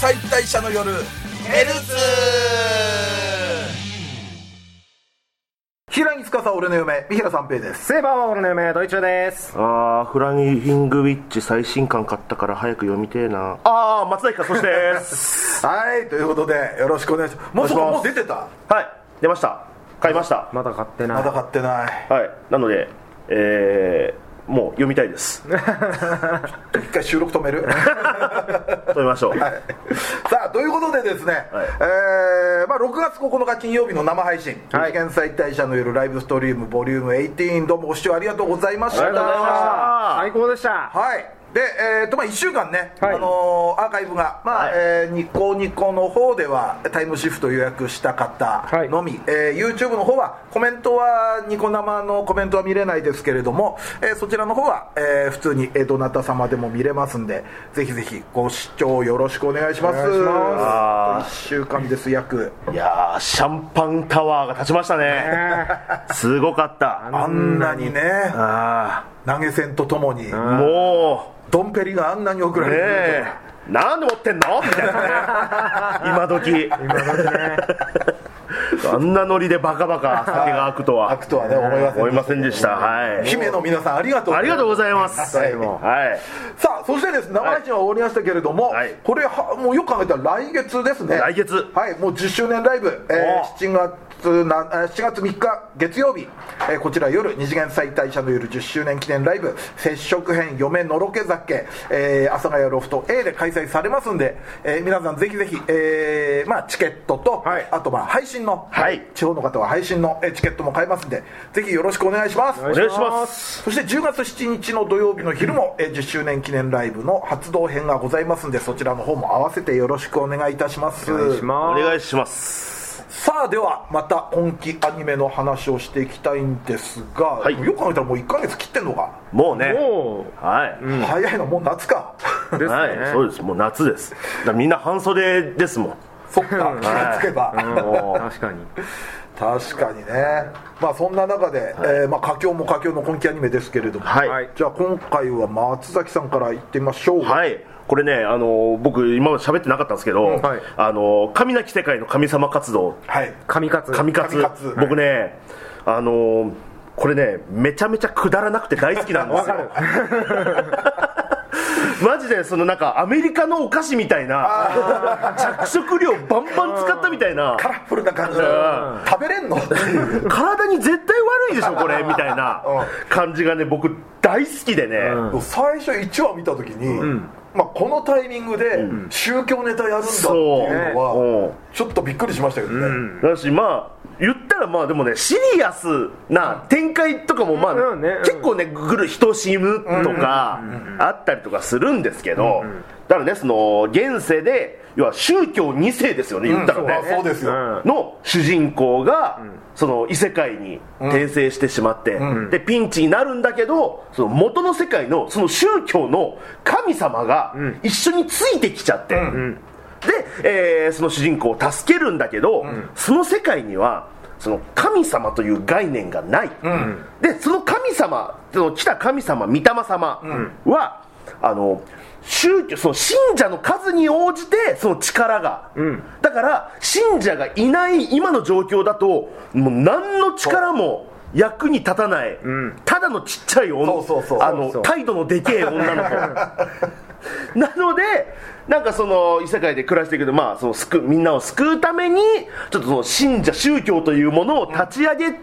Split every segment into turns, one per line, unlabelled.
解体者の夜ヘルツ
平木司俺の嫁三平三平です
セーバーは俺の嫁ドイチュです
あーフライングウィッチ最新刊買ったから早く読みてえなああ松崎かそしてです
はいということでよろしくお願いしますもうそこ
お願い
も
しま
う
す
出てた
はい出ました買いました
まだ買ってな
ま
い
だ買ってない
はいなのでえー、もう読みたいです
一回収録止める
読みましょ う、
さあということでですね、
はい
えーまあ、6月9日金曜日の生配信「
はい
無限再退社の夜ライブストリームボリューム18どうもご視聴ありがとうございました
ありがとうございました
あ
最高でした
はいでえーとまあ、1週間ね、
はい
あのーアーカイブが、まあ
はい
えーニコニコの方ではタイムシフト予約した方のみ、えー YouTube の方はコメントはニコ生のコメントは見れないですけれども、えーそちらの方は、えー普通に、えーどなた様でも見れますんでぜひぜひご視聴よろしくお願いします
お願いしま
1
す
週間です約
いやーシャンパンタワーが立ちましたねすごかった
あんなにね
あ
投げ銭とともに
あも
ドンペリがあんなに送
う
ら
ね
れてくるとは
えなんで持ってんのみたいなね今時あんなノリでバカバカ酒が開くとは
開くとはね思いませんでした
思いませんでしたはい
姫の皆さんありがとう
ありがとうございます
はい
は
さあそしてですね生配信は終わりましたけれども、
はい
これはもうよく考えたら来月ですね
来月
はいもう10周年ライブ、えー
お
7月なえー7月3日月曜日、えーこちら夜二次元再退社の夜10周年記念ライブ接触編嫁のろけ酒、えー、阿佐ヶ谷ロフト A で開催されますんで、えー皆さんぜひぜひ、えーまあ、チケットと、
はい
あとまあ配信の、
はい
地方の方は配信のえーチケットも買えますんでぜひよろしくお願いします
お願いします
そして10月7日の土曜日の昼も、えー10周年記念ライブの発動編がございますんでそちらの方も合わせてよろしくお願いいたします
お願いし
お
ます
願いします
さあではまた今期アニメの話をしていきたいんですが、
い
よく考えたらもう1ヶ月切ってんのか、
もうね
おー
はい、
早いのもう夏か
ですね
はい、そうですもう夏ですだからみんな半袖ですもん
そっか気がつけば、
もう
確かに
確かにねまあそんな中で、えーまあ佳境も佳境の今期アニメですけれども、
はい、
はい
じゃあ今回は松崎さんから行ってみましょう
はい、これね、あの僕、今まで喋ってなかったんですけど、
んはい
あの神なき世界の神様活動、
はい
神活
神活、
神活
僕ね、あのこれね、めちゃめちゃくだらなくて大好 きなんですよ。マジでそのなんかアメリカのお菓子みたいな着色料バンバン使ったみたいな
カラフルな感じで
うん
食べれんのっていう
体に絶対悪いでしょこれみたいな感じがね僕大好きでね、
最初1話見た時に、まあ、このタイミングで宗教ネタやるんだっていうの
そう
は
ね
ちょっとびっくりしましたけどね、
だしまあ言ったらまあでもねシリアスな展開とかもまあ、
うんうんねうん
結構ねぐる人死ぬとかあったりとかするんですけど、だからねその現世で要は宗教2世ですよね言った
ま
ら
あ
ね、
そうですよ、
うん
の主人公が、その異世界に転生してしまって、でピンチになるんだけどその元の世界のその宗教の神様が一緒についてきちゃって、で、えーその主人公を助けるんだけど、その世界にはその神様という概念がない、でその神様その来た神様御霊様は、あの宗教その信者の数に応じてその力が、だから信者がいない今の状況だともう何の力も役に立たない、ただのちっちゃい女
そうそうそう
あの
そう
態度のでけえ女 の子なのでなんかその異世界で暮らしていくと、まあ、その救うみんなを救うためにちょっとその信者宗教というものを立ち上げて、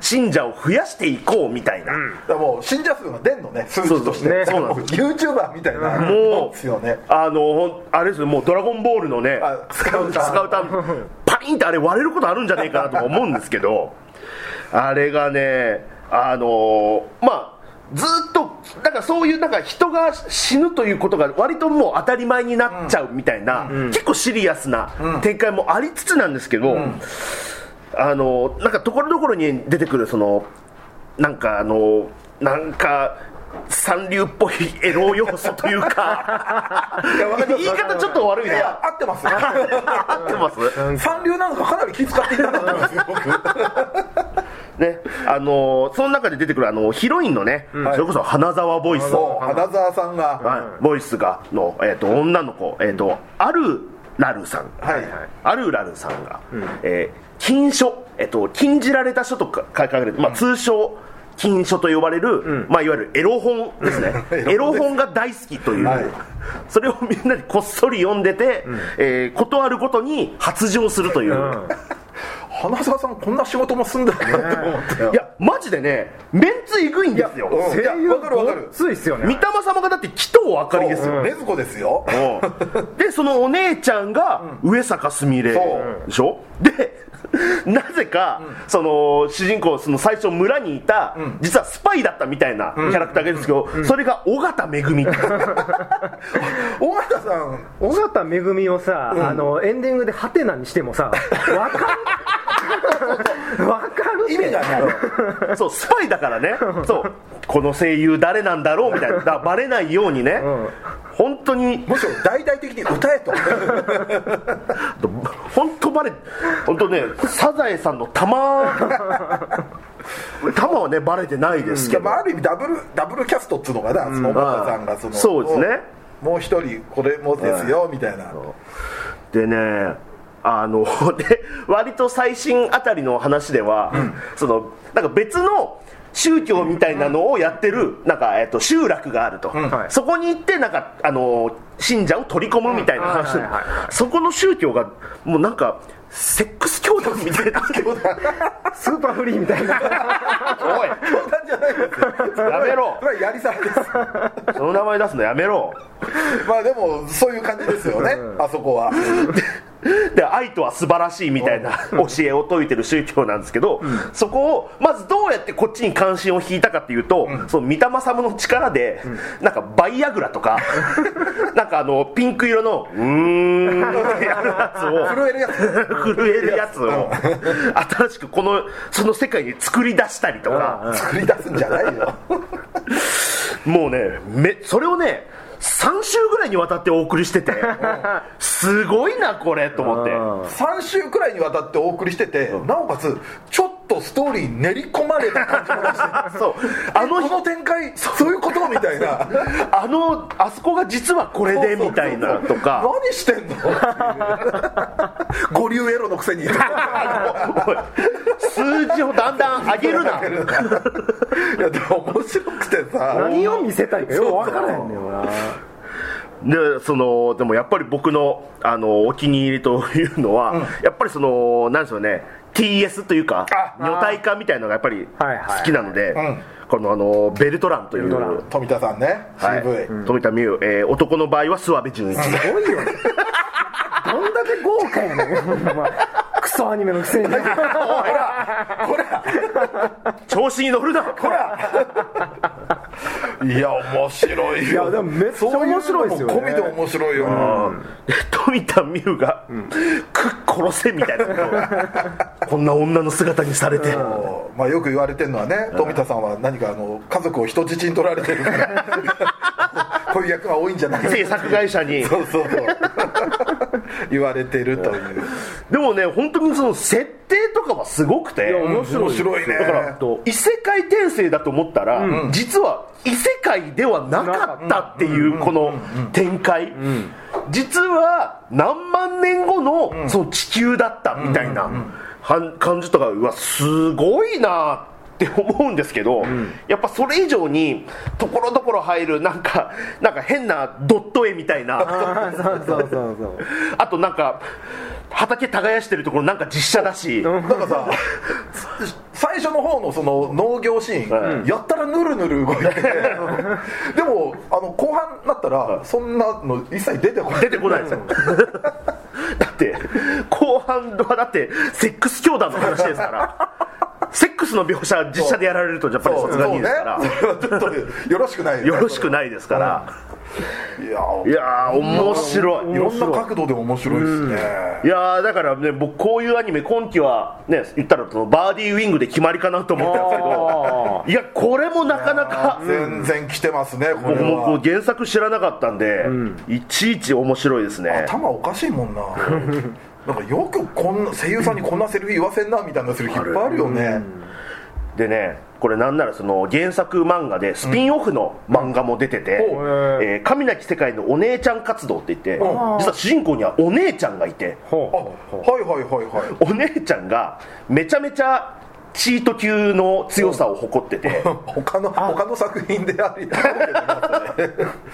信者を増やしていこうみたいな、
だからもう信者数が出んのね数
そう
字
そ
と
う
して
ねそうなん
もう YouTuber みたいな
もう
ですよね
あのほんあれですよもう「ドラゴンボール」のね
あ使う歌
使うたパリンってあれ割れることあるんじゃねえかなとか思うんですけどあれがねあのまあずっとなんかそういうなんか人が死ぬということが割ともう当たり前になっちゃうみたいな、結構シリアスな展開もありつつなんですけど、あのなんかところどころに出てくるそのなんかあのなんか三流っぽいエロ要素というか
いやわかりま
言
す
い方ちょっと悪い
い
な
やいや合ってます
合ってます
三流なんかかなり気遣っていただいたんですよ
ねあのその中で出てくるあのヒロインのね、それこそ花沢ボイス
僕もう花澤さんが
はいボイスがの、えー、と女の子、えーとあるラルーさん、
はい
アルーラルーさんが、えー禁書、えっと、禁じられた書とか書かれて、まあ、通称禁書と呼ばれる、まあ、いわゆるエロ本ですね エロ本が大好きという、
はい
それをみんなにこっそり読んでて、えーことあるごとに発情するという、
花澤さんこんな仕事もすんだなと思って
いやマジでねメンツいぐいんですよ
うん
せ
いやわかるわかる
ついっすよ
三
ね
玉様がだって鬼頭あかりですよ、
禰豆子ですよ
うんでそのお姉ちゃんが上坂すみれ
そう
でしょで なぜか、その主人公その最初村にいた、実はスパイだったみたいなキャラクターがいるんですけど、それが尾形めぐ み
尾形さん
尾形めぐみをさ、あのエンディングでハテナにしてもさわかるわかるって
意味がない
そうスパイだからねそうこの声優誰なんだろうみたいなだからバレないようにね、
ん
本当に
むしろ大々的に歌えと
本当バレ本当ねサザエさんの玉 玉はねバレてないです
い
け
や
ど、
まあある意味ダブルダブルキャストっつうのかな、その尾形さんがその
そうですね
もう一人これもですよ、みたいな
でねあの で割と最新あたりの話では、そのなんか別の宗教みたいなのをやってる、なんか、えっと、集落があると、
はい
そこに行ってなんかあの信者を取り込むみたいな話、
うんはいはいは
そこの宗教がもうなんかセックス教団みた いな
スーパーフリーみたいな
おい
なんじゃないですよ
やめろ
それはやりさんです
その名前出すのやめろ
まあでもそういう感じですよね、あそこは
で愛とは素晴らしいみたいな教えを説いてる宗教なんですけど、そこをまずどうやってこっちに関心を引いたかっていうと、その三玉様の力で、なんかバイアグラ とかなんかあのピンク色の「うーん」ってやるやつを
震えるやつ
震えるやつを新しくこのその世界に作り出したりとか、
作り出すんじゃないよ
もうねめそれをね3週ぐらいにわたってお送りしてて、すごいなこれと思って。
3週くらいにわたってお送りしてて、なおかつちょっとストーリーに練り込まれた感じも出して
そう
あのこの展開そういうことみたいな
あのあそこが実はこれでみたいなとか
何してんの 五流エロのくせに
おい数字をだんだん上げるない
やでも面白くてさ
何を見せたいかよくわからへんねんな
でそのでもやっぱり僕のあのお気に入りというのは、やっぱりそのなんでしょうね TS というか
あ
女体化みたいなのがやっぱり
はいはい
好きなので、
うん
このあのベルトランという
ベルトラン
富田さんね
は
渋
い
い、
富田美優、えー男の場合は諏訪部純一
すごいよねどんだけ豪華やねんほんまクソアニメのくせに
ほら
調子に乗るな
いや面白いよ
いやでもめっちゃ面白いですよね
そういうのも込みで面白いよな、
で 富田美優が、くっ殺せみたいなこと をこんな女の姿にされて、
まあ、よく言われてるのはね富田さんは何かあの家族を人質に取られてるから こういう役が多いんじゃないか
制作会社に
そうそうそう 言われてるという
でもね本当にその設定とかはすごくて
面白い
面白いね
だから異世界転生だと思ったら、実は異世界ではなかったっていうこの展開実は何万年後のその地球だったみたいなはん感じとかうわすごいなって思うんですけど、やっぱそれ以上にところどころ入るなんかなんか変なドット絵みたい な
あーそうそうそうそう
あとなんか畑耕してるところなんか実写だし、
なんかさ最初の方のその農業シーン、やったらぬるぬる動いててでもあの後半になったらそんなの一切出てこない
出てこないですよだって後半はだってセックス教団の話ですからセックスの描写実写でやられるとやっぱり
そ
さ
う
すが
そう
に
ね
ですから、
それはちょっとよろしくないよね
よろしくないですから、
いや
いやー面白い
いろんな角度で面白いですね
いやーだからね僕こういうアニメ今期はね言ったらそのバーディーウィングで決まりかなと思ったんですけどいやこれもなかなか
全然来てますねこれ
僕もこ
は
う原作知らなかったんで、いちいち面白いですね
頭おかしいもんななんかよくこんな声優さんにこんなセリフ言わせんなみたいなのする引っ張るよね
でねこれなんならその原作漫画でスピンオフの漫画も出てて「
ほう
えー神なき世界のお姉ちゃん活動」って言って実
ん
は主人公にはお姉ちゃんがいて
ほうほう
はいはいはいはい
お姉ちゃんがめちゃめちゃチート級の強さを誇ってて
他の他の作品であり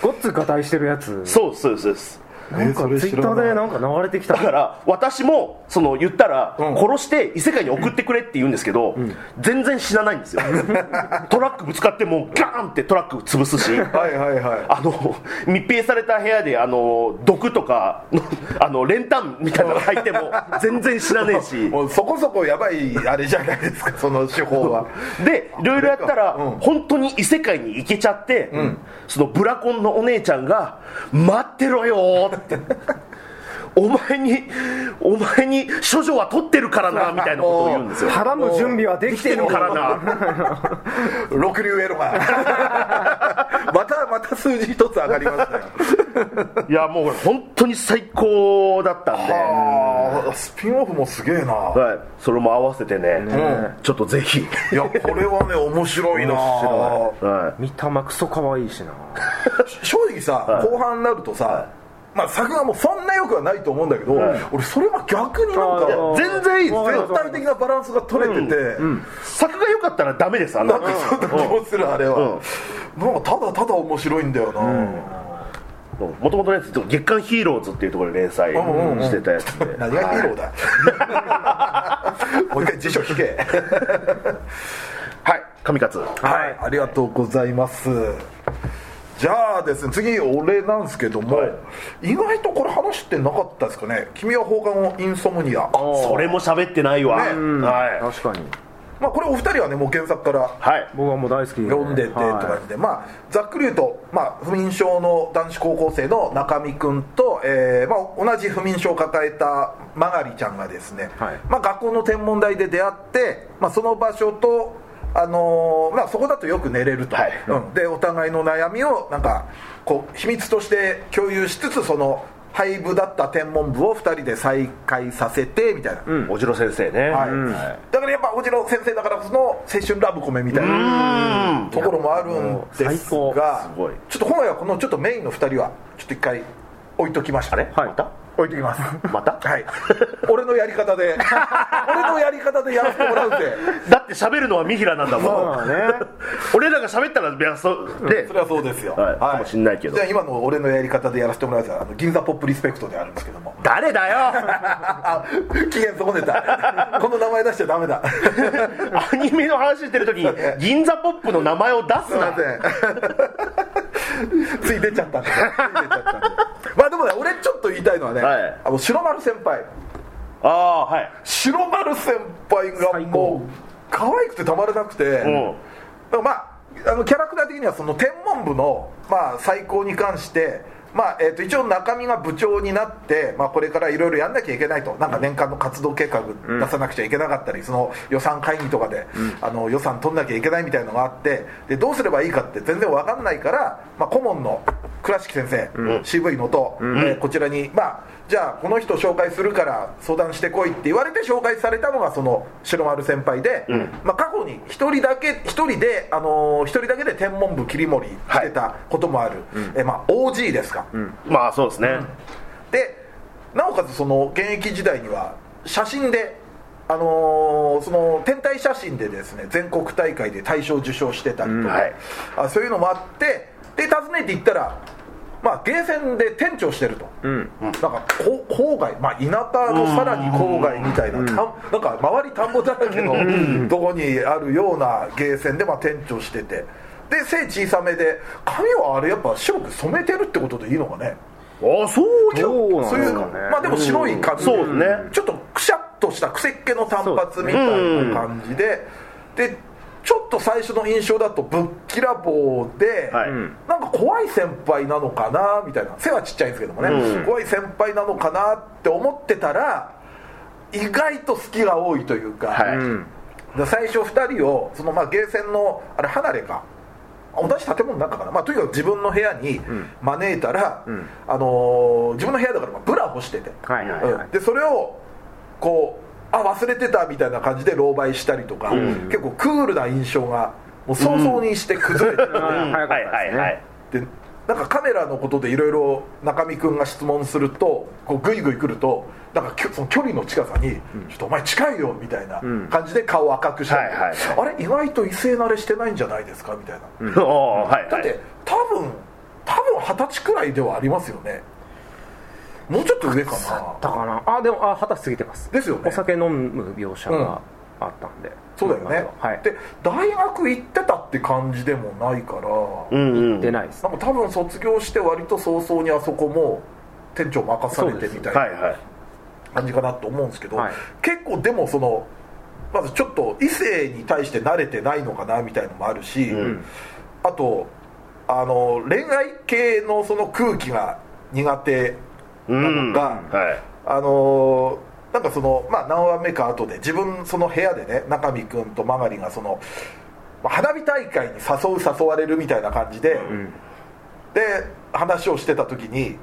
ごっつがたいしてるやつ
そうですそうですそうです
なんかツイッターでなんか流れてきた
だから私もその言ったら
ん
殺して異世界に送ってくれって言うんですけど、全然死なないんですよトラックぶつかってもガーンってトラック潰すし
はいはいはい
あの密閉された部屋であの毒とかのあの練炭みたいなの入っても全然死なねえし
もうそこそこやばいあれじゃないですかその手法 は
でいろいろやったら、
うん
本当に異世界に行けちゃって、そのブラコンのお姉ちゃんが「待ってろよ」ってお前にお前に処女は取ってるからなみたいなことを言うんです よ
はらむ準備はできてるの
か
かららな
な
六流エロが またまた数字一つ上がりますね
いやもうこれ本当に最高だったんで、
ああスピンオフもすげえな、
はい、それも合わせてね、
う
ちょっとぜひ、
い、やこれはね面白いな
はい、
見た目クソ可愛いしな
正直さ、後半になるとさ、まあ、作画もそんなよくはないと思うんだけど、
はい
俺それは逆になん
あー
か
全然いいです
はい
全体的なバランスが取れてて、
作が良かったらダメですあん
な
な
んかそんな気もするあれは、なんかただただ面白いんだよな、
もともとね月刊ヒーローズっていうところで連載
んうんうん
してたやつで、
何がヒーローだ、 もう一回辞書引けはい
神勝
はい、ありがとうございますじゃあですね次俺なんですけども、
はい
意外とこれ話してなかったですかね「君は放課後インソムニア」
それも喋ってないわ、
ね
うんは
確かに
まあ、これお二人はねもう原作から
い、はい、
僕はもう大好き
読んでてと
はい
かで、まあざっくり言うと、まあ、不眠症の男子高校生の中見君と、えーまあ、同じ不眠症を抱えた曲がりちゃんがですね、
はい
まあ、学校の天文台で出会って、まあ、その場所と、あのーまあ、そこだとよく寝れると、
はい
うん、でお互いの悩みをなんかこう秘密として共有しつつその廃部だった天文部を二人で再開させてみたいな、
おじろ先生ね、
はい
うん
だからやっぱおじろ先生だからその青春ラブコメみたいなところもあるんです
いやもう最
が
すごい
ちょっと今回はこのちょっとメインの2人はちょっと一回置いときましたね
はい
置いときます
また
はい俺のやり方で俺のやり方でやらせてもらうぜ
だって喋るのは三平なんだもん
まあね
俺らが喋ったらいやそで
それはそうですよ
はいかもしんないけど
じゃあ今の俺のやり方でやらせてもらうぜあの銀座ポップリスペクトであるんですけども
誰だよ
あ期限損ねたこの名前出しちゃダメだ
アニメの話してる時に銀座ポップの名前を出
す
す
いま
な
せん つい出ちゃったんでつい出ちゃったんでまあでもね俺ちょっと言いたいのはね、
はい
あの白丸先輩
ああはい
白丸先輩がもう可愛くてたまらなくて、
ん
だからまああのキャラクター的にはその天文部の、まあ、最高に関して、まあえー、と一応中身が部長になって、まあ、これからいろいろやんなきゃいけないとなんか年間の活動計画出さなくちゃいけなかったり、その予算会議とかで、あの予算取んなきゃいけないみたいのがあってでどうすればいいかって全然わかんないから、まあ、顧問の倉敷先生、渋いのと、えーこちらに、まあ、じゃあこの人紹介するから相談してこいって言われて紹介されたのがその白丸先輩で、まあ、過去に一人だけ一人で、あのー一人だけで天文部切り盛りしてたこともある、えーまあ、OG ですか、
まあそうですね、
でなおかつその現役時代には写真で、あのーその天体写真でですね全国大会で大賞受賞してたりとか、
はい
あそういうのもあってで訪ねて行ったら、まあ、ゲーセンで店長してると、なんかこう郊外、まあ、田舎のさらに郊外みたいな、たんなんか周り田んぼだらけのとこにあるようなゲーセンで、まあ、店長してて。で背小さめで髪はあれやっぱ白く染めてるってことでいいのかね
ああそうき
どうなん
そうい
で
う
すかね
まあでも白い感じ、
そうですね
ちょっとくしゃっとしたくせっ気の短髪みたいな感じで、でちょっと最初の印象だとぶっきらぼうで、
はい
なんか怖い先輩なのかなみたいな背はちっちゃいんですけどもね、
うん
怖い先輩なのかなって思ってたら意外と好きが多いというか、
はい、
で最初2人をそのまあゲーセンのあれ離れか同じ建物の中かな、まあ、とにかく自分の部屋に招いたら、あのー自分の部屋だからまあブラを干してて、
はいはいはい
うんでそれをこうあ忘れてたみたいな感じで狼狽したりとか、結構クールな印象がもう早々にして崩れて
あー早かったですね、
でなんかカメラのことでいろいろ中見君が質問するとこうグイグイ来るとなんかきょその距離の近さに「ちょっとお前近いよ」みたいな感じで顔を赤くしたり、
はいはい
あれ意外と異性慣れしてないんじゃないですかみたいな、
おおはい
だ
は
っ
い
て多分多分二十歳くらいではありますよねもうちょっと上か
だ
な
からあでもあ二十歳過ぎてます
ですよね
お酒飲む描写があったんで、
そうだよね、
はい
で大学行ってたって感じでもないから、
うんうん
出ないです
なんか多分卒業して割と早々にあそこも店長任されてみたいな
はいはい
感じかなと思うんですけど、
はい
結構でもそのまずちょっと異性に対して慣れてないのかなみたいのもあるし、
ん
あとあの恋愛系のその空気が苦手
うん
が
はい
あのーなんかその、まあ、何話目か後で自分その部屋でね中見君と曲がりがそのまあ花火大会に誘う誘われるみたいな感じで、で話をしてた時に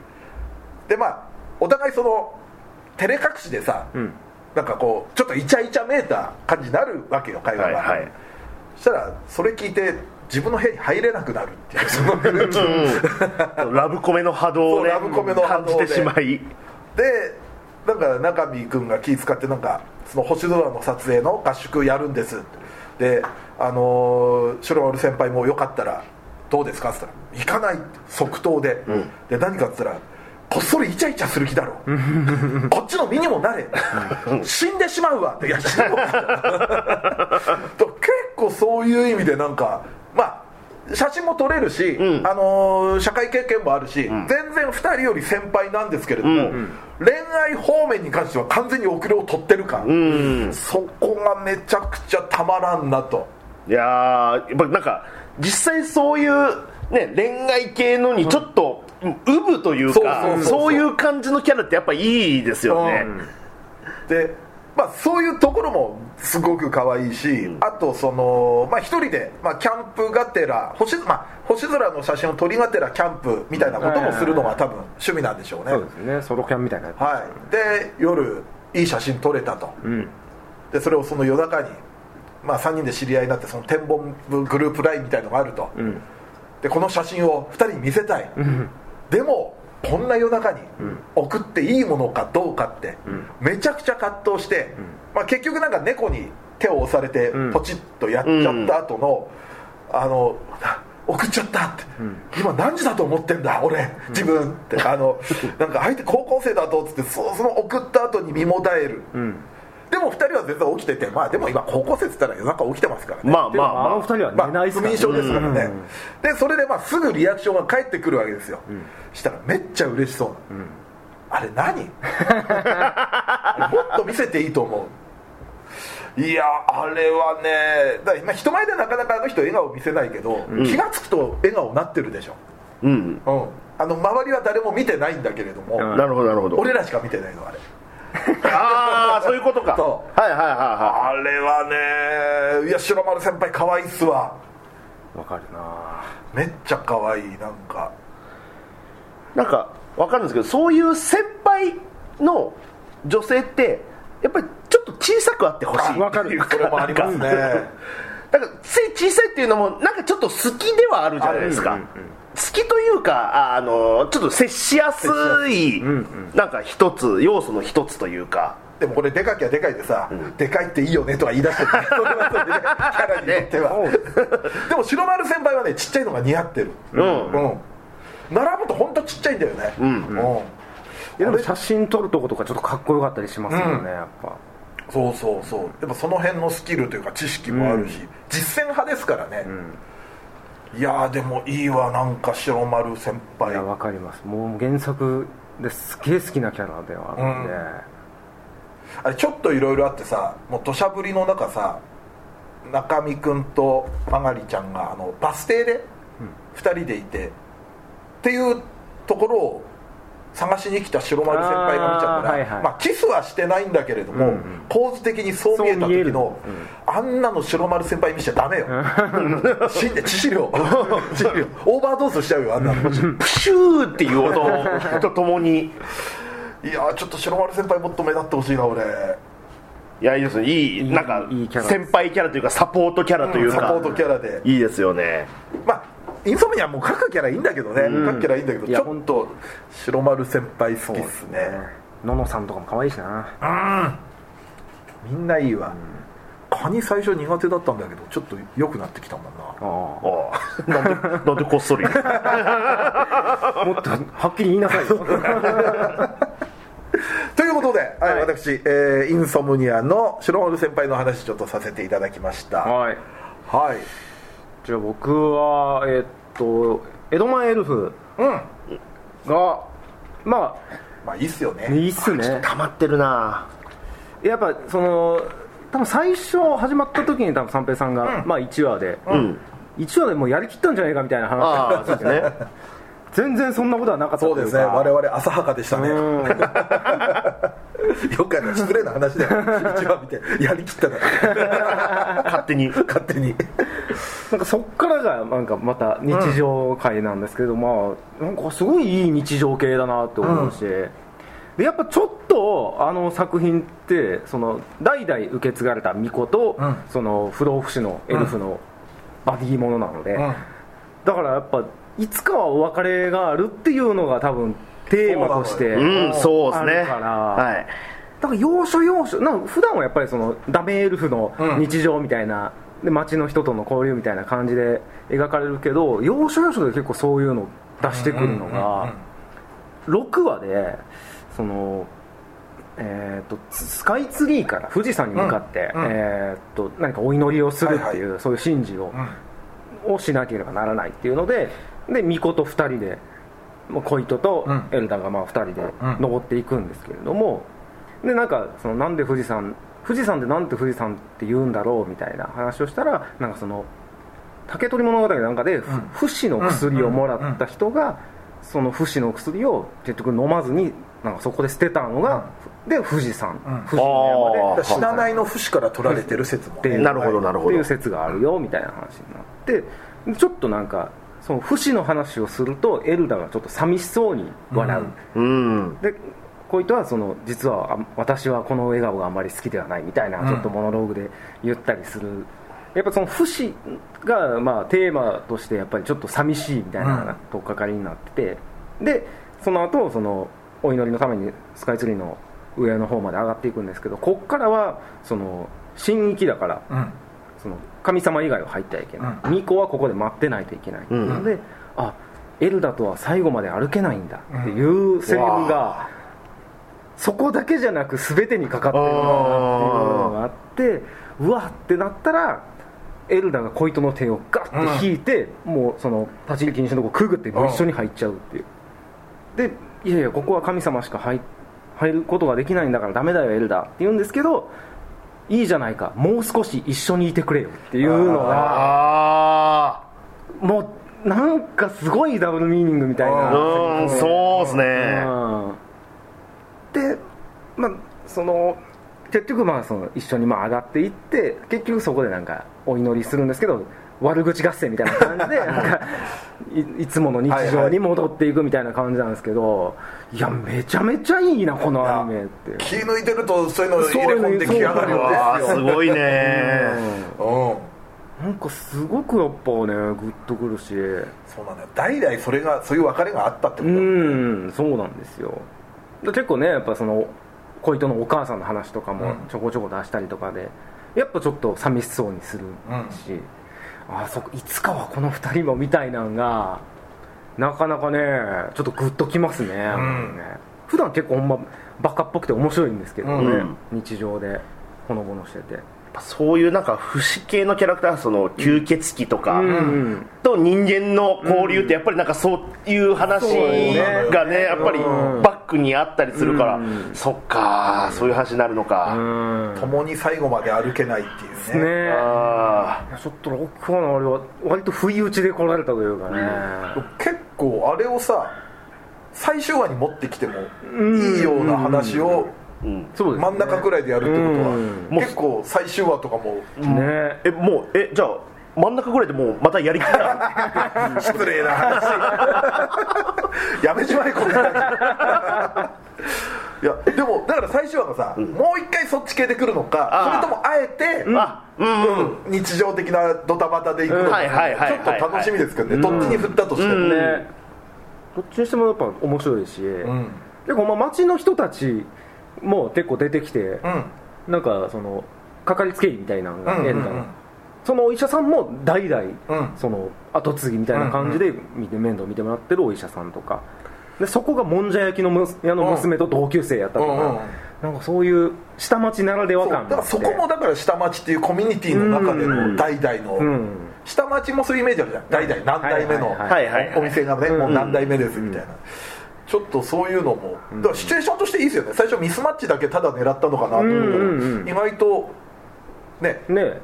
でまあお互いその照れ隠しでさ、
ん
なんかこうちょっとイチャイチャめいた感じになるわけよ会話が、
はいはい
そしたらそれ聞いて自分の部屋に入れなくなるって いうその空気
ラブコメの波動をね
そうラブコメの波動で
感じてしまい
でなんか中見君が気使ってなんかその星空の撮影の合宿やるんですであのー、シュロール先輩もよかったらどうですかっつったら「行かない」即答で、で何かっつったらこっそりイチャイチャする気 だろこっちの身にもなれ死んでしまうわっていや死ぬわと結構そういう意味でなんかまあ写真も撮れるし、
ん
あのー社会経験もあるし、全然2人より先輩なんですけれども、恋愛方面に関しては完全に遅れを取ってる感、
うん
そこがめちゃくちゃたまらんなと
いやーやっぱなんか実際そういうね恋愛系のにちょっとうぶという
そう
か
そうそうそう
そういう感じのキャラってやっぱいいですよね
で、まあ、そういうところもすごく可愛いし、あとその、まあ、一人で、まあ、キャンプがてら星,、まあ、星空の写真を撮りがてらキャンプみたいなこともするのが多分趣味なんでしょうね、
そうですねソロキャンみたいなやつ
はい、で夜いい写真撮れたと、でそれをその夜中に、まあ、3人で知り合いになってその展望部グループ LINE みたいのがあると、でこの写真を2人に見せたい、でもこんな夜中に送っていいものかどうかってめちゃくちゃ葛藤して、まあ、結局なんか猫に手を押されてポチッとやっちゃった後の、あのな送っちゃったって、今何時だと思ってんだ俺自分って、 あのなんか相手高校生だとっつってそその送った後に身もだえる、でも2人は全然起きててまあでも今高校生っつったら夜中起きてますからね
まあ
でも
まあ
あの
ま
二人
ま
は
あ、
寝ないですから、
不眠症ですからね、でそれでまあすぐリアクションが返ってくるわけですよ、したらめっちゃ嬉しそうな、あれ何 もっと見せていいと思ういやあれはねだからまあ人前でなかなかあの人笑顔見せないけど、気が付くと笑顔になってるでしょ、
あうん
うん、あの周りは誰も見てないんだけれども、
ん
なるほどなるほど
俺らしか見てないのあれ
ああそういうことか
そ
はいはいは
あれはねいや白丸先輩可愛いっすわ
わかるな
めっちゃ可愛いなんか
いはいなんかわかるんですけどそういう先輩の女性ってやっぱりちょっと小さくあってほしい
わかる
それもありますね
なんかつい小さいっていうのもなんかちょっと好きではあるじゃないですか、好きというかああのちょっと接しやすいなんか一つ要素の一つというか
でもこれでかきゃでかいでさ、でかいっていいよねとは言い出してるそれはそれでねキャラによってはでも白丸先輩はねちっちゃいのが似合ってる
うん、
うん並ぶと本当ちっちゃいんだよねうん、
いやでも写真撮るとことかちょっとかっこよかったりしますよね、やっぱ
そうそうそうやっぱその辺のスキルというか知識もあるし、実践派ですからね、いやーでもいいわなんか白丸先
い
輩
やわかりますもう原作ですげえ好きなキャラではあるんで、
あれちょっといろいろあってさもう土砂降りの中さ中見君とまがりちゃんがあのバス停で2人でいて、っていうところを探しに来た白丸先輩が見ちゃったら
あーはいはい
まあ、キスはしてないんだけれども、構図的にそう見えた
そう見え
時
る
の、あんなの白丸先輩見しちゃダメよ死んで致死 量致死量オーバードーズしちゃうよあんなの
プシューっていう音とともに
いやーちょっと白丸先輩もっと目立ってほしいな俺
いやいいですねいいなんか
いいキャラ
先輩キャラというかサポートキャラというか、
サポートキャラで
いいですよね
まあインソムニアも各キャラいいんだけどね、各キャラいいんだけど
い
ち
や
ょっと白丸先輩好きっすね
ののさんとかも可愛いしな
みんないいわ、カニ最初苦手だったんだけどちょっと良くなってきたもんな
あ
ああなんでなんでこっそり
あもっとはっきり言いな さいよ
ということで、はい私、えーインソムニアの白丸先輩の話ちょっとさせていただきましたは
はい
い
じゃあ僕はえっと江戸前エルフ
うん
がま
まあいいっすよね
あいいっすね
溜まってるな
やっぱその多分最初始まった時に多分三平さんが、まあ1話で、
うん
一1話でもうやりきったんじゃないかみたいな話
ああそうですね
全然そんなことはなかった
そう
とい
で
う
すね我
か
々浅はかでしたねよ
うん
くある失礼な話だよ一話見てやりきったから
勝手に
勝手に
なんかそっからがなんかまた日常会なんですけど、まあなんかすごいいい日常系だなって思うし、でやっぱちょっとあの作品ってその代々受け継がれた巫女と、
うん
その不老不死のエルフのバディものなので、
うん
だからやっぱいつかはお別れがあるっていうのが多分テーマとして。
うんそうですね
あるから
はい
だから要所要所なんか普段はやっぱりそのダメエルフの日常みたいな、で街の人との交流みたいな感じで描かれるけど要所要所で結構そういうのを出してくるのが6話でその。えー、とスカイツリーから富士山に向かって、
うんうん
えー、と何かお祈りをするっていう、
はい
そういう神事を,、をしなければならないっていうのでで巫女と2人でもう恋人と
うん
エルダがまあ2人で
うん
登っていくんですけれども、でなんかそのなんで富士山富士山でなんて富士山って言うんだろうみたいな話をしたらなんかその竹取物語なんかでふ不死の薬をもらった人がその不死の薬を結局飲まずになんかそこで捨てたのが、で富士山、
うん
富士の山
あ
で
ー
死なないの節から取られてる説も
っていう
なるほどなるほど
っていう説があるよみたいな話になってでちょっとなんかその不死の話をするとエルダがちょっと寂しそうに笑う、
うん
でこいつはその実はあ私はこの笑顔があんまり好きではないみたいなちょっとモノローグで言ったりする、やっぱその不死がまあテーマとしてやっぱりちょっと寂しいみたいなとっかかりになってて、でその後そのお祈りのためにスカイツリーの上の方まで上がっていくんですけどこっからはその神域だから
うん
その神様以外は入ってはいけない、
う
巫女はここで待ってないといけない、
うん
のであエルダとは最後まで歩けないんだっていうセリフ
うんう
が、そこだけじゃなく全てにかかってるなっていうのがあってうわってなったらエルダが小糸の手をガッて引いて、もうその立ち入り禁止のとこくぐってもう一緒に入っちゃうっていうでいやいやここは神様しか入入ることができないんだからダメだよエルダって言うんですけどいいじゃないかもう少し一緒にいてくれよっていうのが
あ
もうなんかすごいダブルミーニングみたい
あ
な
うんそうですね
で、まあ、その結局まあその一緒にまあ上がっていって結局そこでなんかお祈りするんですけど悪口合戦みたいな感じ でなんかいいつもの日常に戻っていくみたいな感じなんですけど、いやめちゃめちゃいいなこのアニメって
気抜いてるとそういうの入れ込んできやがる
う
よ
わーすごいね
うん
なんかすごくやっぱねグッとくるし
そうなんだよ代々それがそういう別れがあったってこ
う
とだ
んそうなんですよで結構ねやっぱその恋人のお母さんの話とかもちょこちょこ出したりとかで、やっぱちょっと寂しそうにするし、あそこいつかはこの2人もみたいなんがなかなかねちょっとグッときますね、
ん
普段結構ほんまバカっぽくて面白いんですけどね、
うん
日常でほのぼのしてて
そういうなんか不死系のキャラクターはその吸血鬼とか、
ん
と人間の交流ってやっぱりなんかそういう話
そうね
がねやっぱり
うん
バックにあったりするから、
うん
そっかそういう話になるの
う
か、
ん
共に最後まで歩けないっていうね
ね
あ
いやちょっとロックファンの俺は割と不意打ちで来られたというかね、
結構あれをさ最終話に持ってきてもいいような話を
ー、うん、
そうですね
真ん中くらいでやるってこと
うん
は結構最終話とかも
ね
えもうえじゃあ真ん中ぐらいでもうまたやりき った
失礼な話やめちまえこんな話いやでもだから最終話がさ、もう一回そっち系で来るのか
あ
それ
ー
ともあえて、
あうんうん
うん日常的なドタバタで行くのか
はいはいはい
ちょ
はい
っ
はい
と楽しみですけどね、どっちに振ったとしても、
うん
ねどっちにしてもやっぱ面白いし、
ん
でこの町の人たちも結構出てきて、
うん
なんかそのかかりつけ医みたいなのが
うんうんうん
縁談、そのお医者さんも代々、
うん
その後継ぎみたいな感じで見て面倒見てもらってるお医者さんとかでそこがもんじゃ焼きのむす屋の娘と同級生やったとか、
うんうんうん
なんかそういう下町ならでは
そうだ
感
からそこもだから下町っていうコミュニティの中での代々の、
うん
下町もそういうイメージあるじゃん代々何代目の、
はいはい
はいはいはい
お店がね、
ん
もう何代目ですみたいな、ちょっとそういうのもだからシチュエーションとしていいですよね最初ミスマッチだけただ狙ったのかなと思ったら、
うんうんうん
意外とね
ね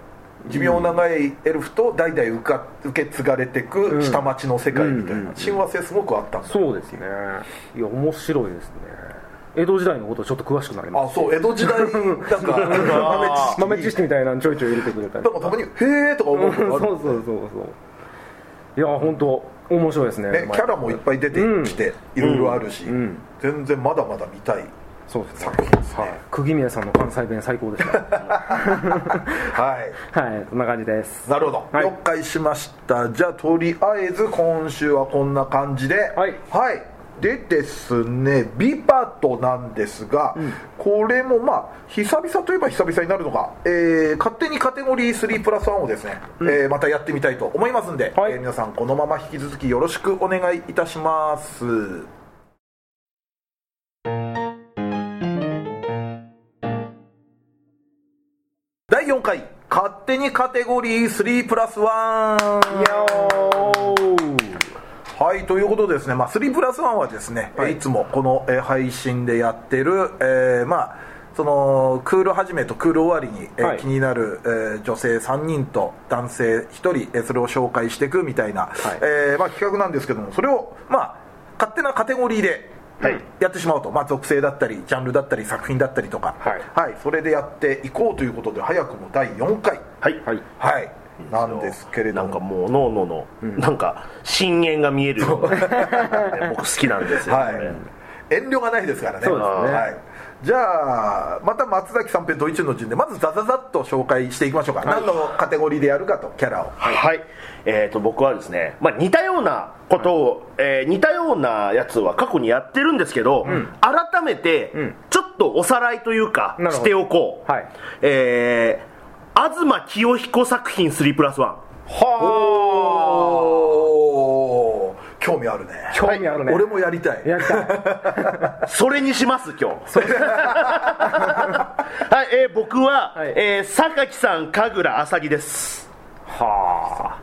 寿命長いエルフと代々受か受け継がれてく下町の世界みたい
うんうん
な親和性すごくあったんだ
そうですねいや面白いですね江戸時代のことちょっと詳しくなりま
あ
す
そう江戸時代 なんか豆
豆
知
知
識
識みたいなのちょいちょい入れてくれ たり
でもたまに「へえ」とか思
そう
の
うそう
がある
そうそういや本当面白いですね
ね、キャラもいっぱい出てきていろいろあるし、
ん
全然まだまだ見たい
そうですね
作品ですね
はい釘宮さんの関西弁最高ですね
はい
はいこんな感じです
なるほど、
はい
了解しましたじゃあとりあえず今週はこんな感じでは
はい
でですね「ビパット」なんですが、これもまあ久々といえば久々になるのが、えー勝手にカテゴリー3プラス1をですね、えーまたやってみたいと思いますんで、
はい
えー皆さんこのまま引き続きよろしくお願いいたします第4回勝手にカテゴリー3プラス1はいということでですね、まあ、3プラス1はですね、えいつもこのえー配信でやってる、えーまあそのクール始めとクール終わりに、えー
はい
気になる、えー女性3人と男性1人、えーそれを紹介していくみたいな、えーまあ、企画なんですけどもそれを、まあ、勝手なカテゴリーで
はい
やってしまおうと、まあ、属性だったりジャンルだったり作品だったりとか、
はい
それでやっていこうということで早くも第4回、
はいはい
はい、なんですけれど
な
も
んかもう脳のの、なんか深淵が見えるようなね 僕好きなんですよ、
は
これ
い、遠慮がないですからね
そうですね
はい、じゃあまた松崎三平ドイツの陣でまずザザザッと紹介していきましょうか、何のカテゴリーでやるかとキャラを
はい、えー、と僕はですね、まあ、似たようなことを、えー似たようなやつは過去にやってるんですけど、改めて
ん
ちょっとおさらいというか
なるほど
しておこう、
はい
えー、東清彦作品3プラス1
おー興味あるね
興味あるね
俺もやりたい
やりたい
それにします 今日はい、えー僕は、
はい
えー榊さん神楽浅木です
は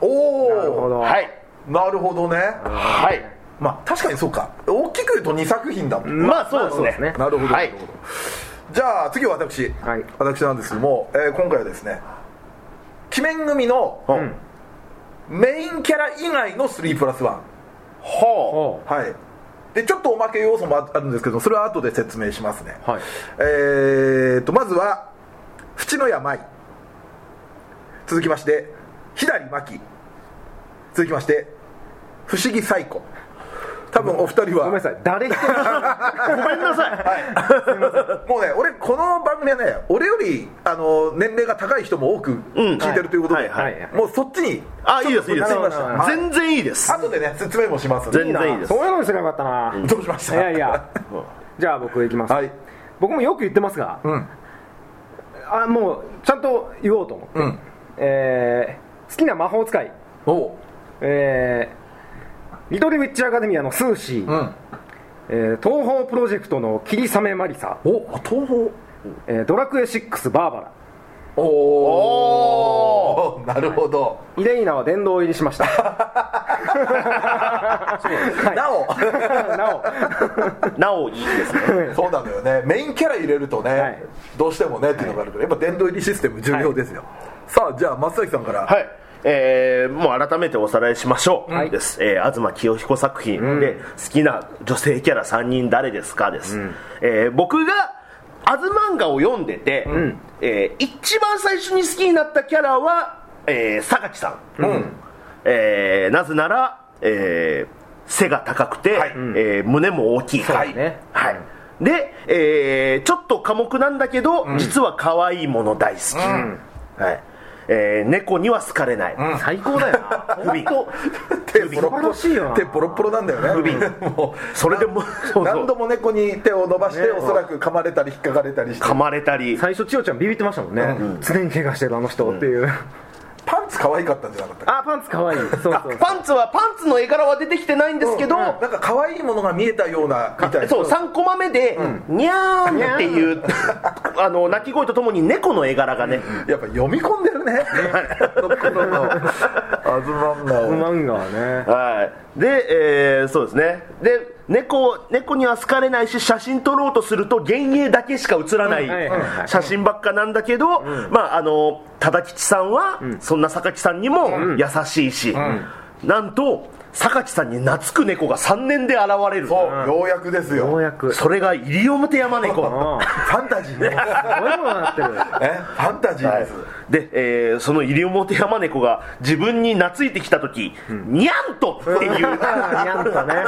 おお
あなるほど
はい
なるほどね
はい
まあ確かにそうか大きく言うと2作品だもん
まあそうですね,、
まあそうですね
なるほど、
はい
なるほどじゃあ次は私、
はい
私なんですけども、えー今回はですね鬼面組の
うん
メインキャラ以外の3プラス1
ほ
お
はいでちょっとおまけ要素もああるんですけどそれは後で説明しますね、
はい
えー、とまずは淵野谷舞続きまして左真希続きまして不思議サイコ多分お二人は
ごめんなさい誰一人
うごめんなさい、
もうね俺この番組はね俺よりあの年齢が高い人も多く聞いてるということで、
はいはい
はい
もうそっちに
あいいですいいです
ちょっと移りましたはい
全然いいです
後でね説明もしますんで
全然いいです
そういうのにすればよかったな、
どうしました
いやいやじゃあ僕いきます、
はい
僕もよく言ってますが、
うん
あもうちゃんと言おうと思って、
うん
えー好きな魔法使い
おう
えーリトルウィッチアカデミアのスーシー、
うん
えー東方プロジェクトの霧雨マリサ、
おあ東宝
えードラクエ6バーバラ
おおなるほど、
イレイナは殿堂入りしましたはい
なお
な
なおいいですね
そうなのよねメインキャラ入れるとね、
はい
どうしてもねっていうのがあるからやっぱ殿堂入りシステム重要ですよ、さあじゃあ松崎さんから、
はい、えーもう改めておさらいしましょう、
はい
です、えー東清彦作品で好きな女性キャラ3人誰ですかです、えー僕がアズ漫画を読んでて、えー一番最初に好きになったキャラは、えー、榊さん、えーなぜなら、えー背が高くて、えー胸も大きい、
うね
はいで、えーちょっと寡黙なんだけど、実は可愛いもの大好き、はいえー猫には好かれない、
最高だよな
不憫
手ボロ
素晴らしいよな
手ボロボロなんだよねも
それでも
う
そうそう
何度も猫に手を伸ばしておそらく噛まれたり引っかかれたりして
噛まれたり
最初千代ちゃんビビってましたもんね、常に怪我してるあの人っていう、あ
パンツ可愛かったんじゃなかった
パンツかわいいそうそう
あパンツはパンツの絵柄は出てきてないんですけど、
なんか可愛いものが見えたようなみたいな
そう3コマ目で、にゃーんっていうあの鳴き声とともに猫の絵柄がね、
やっぱ読み込んでるね この頃のアズマンナを
漫画はね
はいで、えーそうですねで猫猫には好かれないし写真撮ろうとすると幻影だけしか写らな
うんはいはいはい
い写真ばっかなんだけど、まああの忠吉さんは、そんな坂木さんにも優しいし、なんと坂木さんに懐く猫が3年で現れる
そうようやくです
よう
よ
やく
それが西表山猫
うんす
ファンタジーね
ごいものになってる
えファンタジーです
で、えーその西表山猫が自分に懐いてきた時、にゃんとっていう
にゃんとね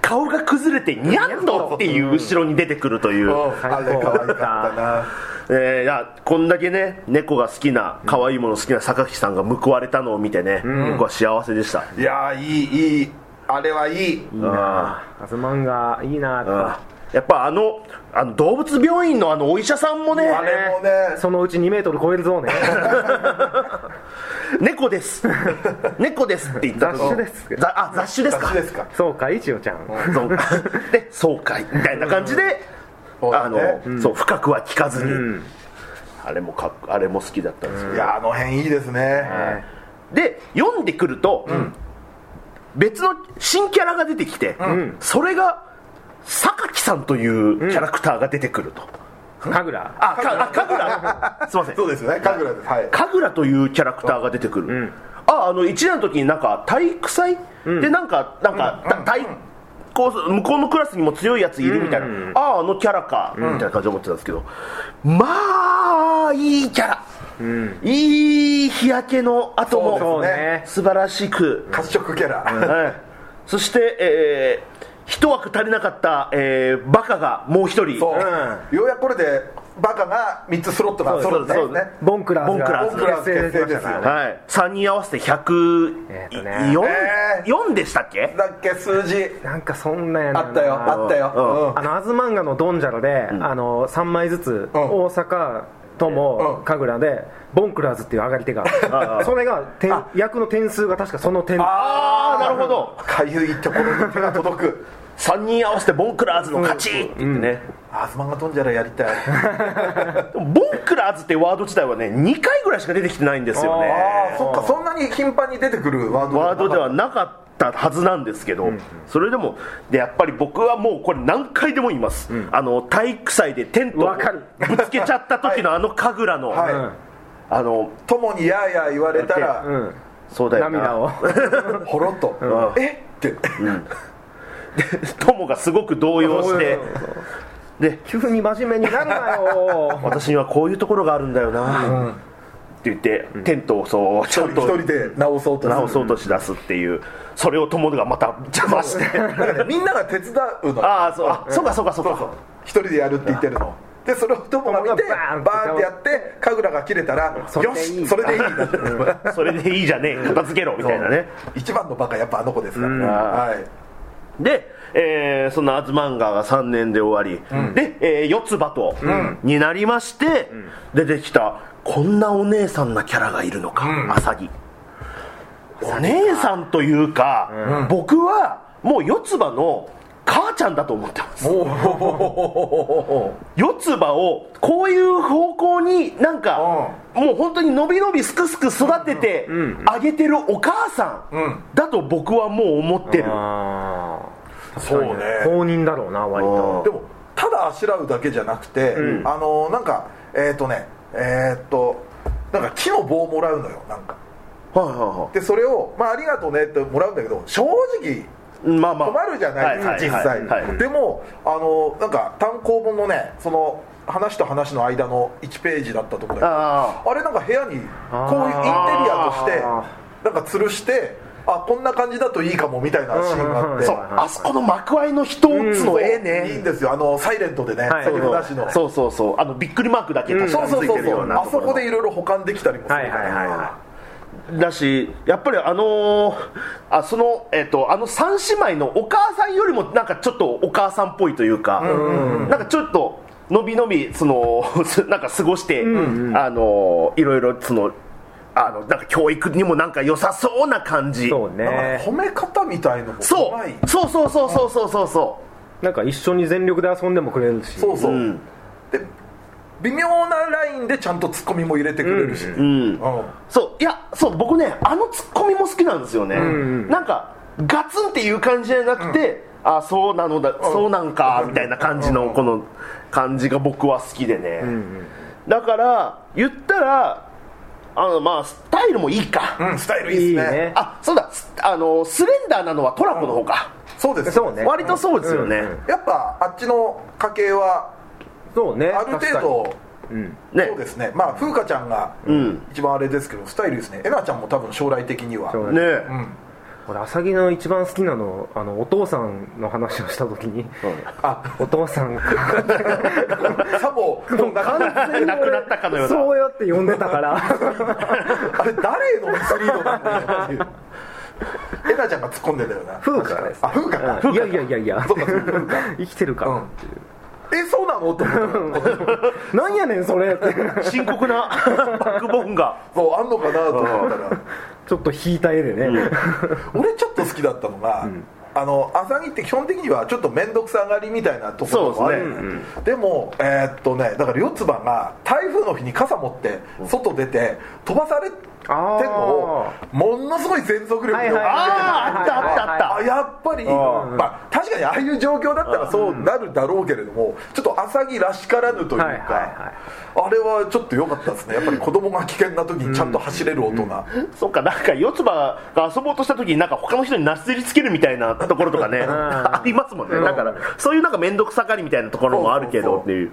顔が崩れてにゃんとっていう後ろに出てくるという、
うんあれ可愛かったな
えーいやこんだけね猫が好きな可愛いもの好きな榊さんが報われたのを見てね、僕は幸せでした、
いやーいいいいあれはいい
いいなあず漫画いいなあ
やっぱあのあの動物病院のあのお医者さんもね
あれもね
そのうち2メートル超えるぞね
猫です 猫ですって言った
雑種です
ざあ雑種ですか
雑誌ですか
そうかい千代ちゃん
そうでそうかいみたいな感じで、
そうだ
あの
ね
そう深くは聞かずに、あれもかっあれも好きだったんですよ、
いやあの辺いいですね
で読んでくると、別の新キャラが出てきて、それが榊さんというキャラクターが出てくると、
神楽
あかあ神楽すいません
そうですね神楽ですはい
神楽というキャラクターが出てくる、ああの1年の時になんか体育祭、でなんかなんか、た体こう向こうのクラスにも強いやついるみたいな、あああのキャラか、みたいな感じで思ってたんですけどまあいいキャラ、いい日焼けの後
そう
も
です
ね
素晴らしく、
褐色キャラ
はい、そして、えー一枠足りなかった、えーバカがもう一人
そうようやくこれでバカが3つスロットが揃ったんです
そうですそう
ね
です
ボンクラーズ
ボンクラ
が
ーズ
結成
結成
で
ですす
よ
よ
はい、3人合わせて104、
えーとね
えー
4でしたっけ
だっけ数字
なんかそんなんやね
あ
んな
ったよあったよ
あのアズ漫画のドンジャラで、あの3枚ずつ、大阪と
う
も
ん
神楽でボンクラーズっていう上がり手が
ああ
それが点役の点数が確かその点
ああなるほど
かゆいところに手が届く
3人合わせてボンクラーズの勝ちって言ってね、
あずまが飛んじゃらやりたい
でもボンクラーズってワード自体はね2回ぐらいしか出てきてないんですよね
ああそっかそんなに頻繁に出てくるワード
ワードではなかったはずなんですけど、それでもでやっぱり僕はもうこれ何回でも言います、あの体育祭でテントを
わかる
ぶつけちゃった時のあの神楽 の、
はい
うん
あの
友にやーやー言われた
う
ら
ん
そうだよな
涙を
ほろっと「えっ?」て
友がすごく動揺してで
急に真面目になるな よ
私にはこういうところがあるんだよな、って言ってテントをそうちゃん
一
と
人で直そうとする
直そうとしだすっていうそれを友がまた邪魔して
だからねみんなが手伝うの
ああそうあそうかそうかそうか
一人でやるって言ってるのでそれを友が見て
友が
バ
バ
ーン
ーンって
ってやって神楽が切れたら
それ
よ
でい
し
い
それでいいなって
それでいいじゃねえ片付けろみたいなね
一番のバカやっぱあの子ですからねはい
で、えーそのアズマンガが3年で終わり、で、えー四つ葉と、になりまして、出てきたこんなお姉さんなキャラがいるのか、アサギお姉さんというか、僕はもう四つ葉の母ちゃんだと思ってます四つ葉をこういう方向になんか、もう本当にのびのびすくすく育ててあげてるお母さんだと僕はもう思ってる、
あ
そうね
あ公認だろうな割と
でもただあしらうだけじゃなくて、あのなんかえっ、とねえっ、となんか木の棒もらうのよなんか
はいはいはい
でそれを、まあ、ありがとうねってもらうんだけど正直
まあまあ
困るじゃないですか、
ははは
実
は
際、
い
でもあのなんか単行本のねその話と話の間の1ページだったところだけど
あ
あれなんか部屋にこういうインテリアとしてなんか吊るしてあこんな感じだといいかもみたいなシーンがあって、
そうあそこの幕あいの人打つのええ
いいん
ね
ですよあのサイレントでね、
はい
セリフなしの、
そうそうそうあのびっくりマークだけ確
そ
か
う
につ
そう
い
そ
て
う
る
そ
よう
う
な
あ
と
そ
ころ
こでいろいろ保管できたりもするから、
だしやっぱりあのーあそのえっ、とあの三姉妹のお母さんよりもなんかちょっとお母さんっぽいというか、なんかちょっとのびのびその なんか過ごして、あのーいろいろそのあのなんか教育にもなんか良さそうな感じ
そう
なん
ね
か褒め方みたいのも
そう
まい
そうそうそうそうそうそうそ
なんか一緒に全力で遊んでもくれるし
そうそう、
ん
で微妙なラインでちゃんとツッコミも入れてくれるし、
ううん
うん
そういやそう僕ねあのツッコミも好きなんですよね、なんかガツンっていう感じじゃなくて、あそうなのだ、そうなんかみたいな感じのこの感じが僕は好きでね、だから言ったらあのまあスタイルもいいか、
うんスタイルいいですね
いいね
あそうだスあのスレンダーなのはトラコの方か、
そうです
そうね
割とそうですよね、
うんうん
やっぱあっちの家系は
そうね
ある程度
度、うん、
ね
そうですねまあ風花ちゃんが
ん
一番あれですけど、スタイルいいですねえなちゃんも多分将来的には
そう
ね
うん
俺浅木の一番好きなのあのお父さんの話をした時 に
あ
お父さんが
さも
もう完全に
亡くなったかのような
そうやって呼んでたか ら
あれ誰のミスリードなんだよっていうえなちゃんが突っ込んでたよな
風花です
あ風花か
いやいやいやいや 生きてるか
う
ら
んえそうなのと思った
なんやねんそれって
深刻な バックボーンが
そうあんのかなと思ったら
ちょっと引いた絵でね、
俺ちょっと好きだったのが、あの浅木って基本的にはちょっと面倒くさがりみたいなところもあるよ
そうで
でもえーっとねだから四つ葉が台風の日に傘持って外出て飛ばされてんのをものすごい全速力で追っかけてる、
あーあったあったあった
あやっぱり、まあ、確かにああいう状況だったらそうなるだろうけれども、ちょっと浅木らしからぬというか、
はいはいは
あれはちょっと良かったですねやっぱり子供が危険な時にちゃんと走れる大人、
そっかなんか四つ葉が遊ぼうとした時になんか他の人になすりつけるみたいなところとかねありますもんねだからそういうなんか面倒くさがりみたいなところもあるけどっていう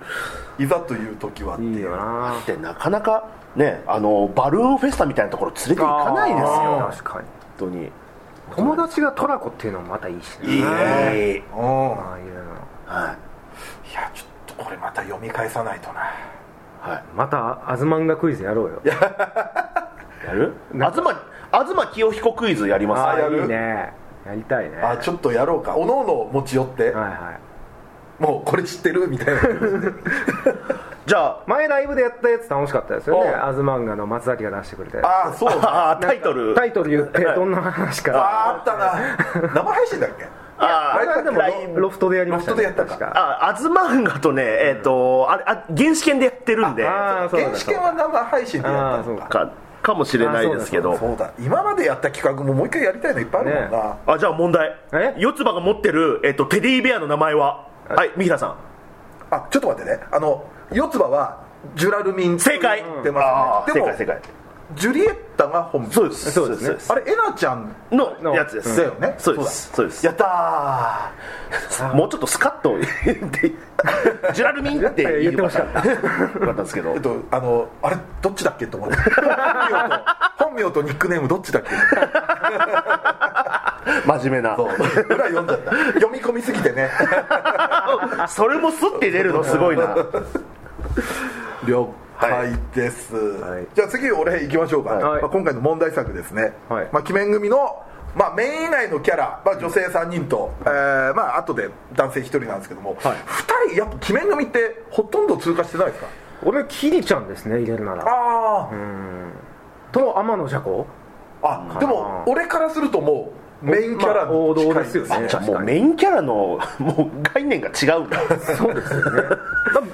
いざという時はって
い
いう
いよな
でなかなかねあのバルーンフェスタみたいなところ連れて行かないですよ
あー確かに
本当に
友達がトラコっていうのもまたいいしね
いいね
はい
うん
ああいうの
いやちょっとこれまた読み返さないとな
またアズマンガクイズやろうよ
やる東東清彦クイズやります
あやる
いいねやりたいね
あちょっとやろうかおのおの持ち寄って、
はいはい
もうこれ知ってるみたいな
じゃあ
前ライブでやったやつ楽しかったですよね
お
アズマンガの松崎が出してくれて
ああそうあ
あータイトル
タイトル言ってどんな話か
あったな生配信だっけ
あ
あ
ー
れだ
でも
ラ
ロ
イブ
ロフトでやりました、ね、
ロフトでやったか
確
あ東漫画とねえっ、とあれあ原始圏でやってるんで
ああそうだ
原始圏は生配信でやっ
ああ
た
そ
の
う
か
か
かかもしれないですけど
そうだ今までやった企画ももう一回やりたいのいっぱいあるもんな、
あじゃあ問題
え
四つ葉が持ってる、えっとテディベアの名前ははい三平さん
あちょっと待ってねあの四つ葉はジュラルミン
正解
ってますねでも
正解正解
ジュリエッタが本名
そうです
そうですね
あれえなちゃん
の
の
やつです
だよね
そうですそうです
やったー
もうちょっとスカッと ジュラルミンって
言ってほしかった
よかったんですけど
えっと、あの、あれ、どっちだっけと思って。本名と、本名とニックネームどっちだっけ。
真面目な
そう、裏読んじゃった。読み込みすぎてね。
それもスッて出るのすごいな
了解です。
はい
じゃあ、次、俺行きましょうか。
はい
まあ、今回の問題作ですね。
はい
まあ、鬼面組の。まあ、メイン以外のキャラ、まあ、女性3人と、えーまあ後で男性1人なんですけども、
は
2
い
人やっぱ鬼面組ってほとんど通過してないですか
俺キリちゃんですね入れるなら
あー、
と天野じゃこ
あでも俺からするともうメインキャラ
まあ王道ですよね
近い
じゃあもうメインキャラのもう概念が違うんだ
そうですよね だ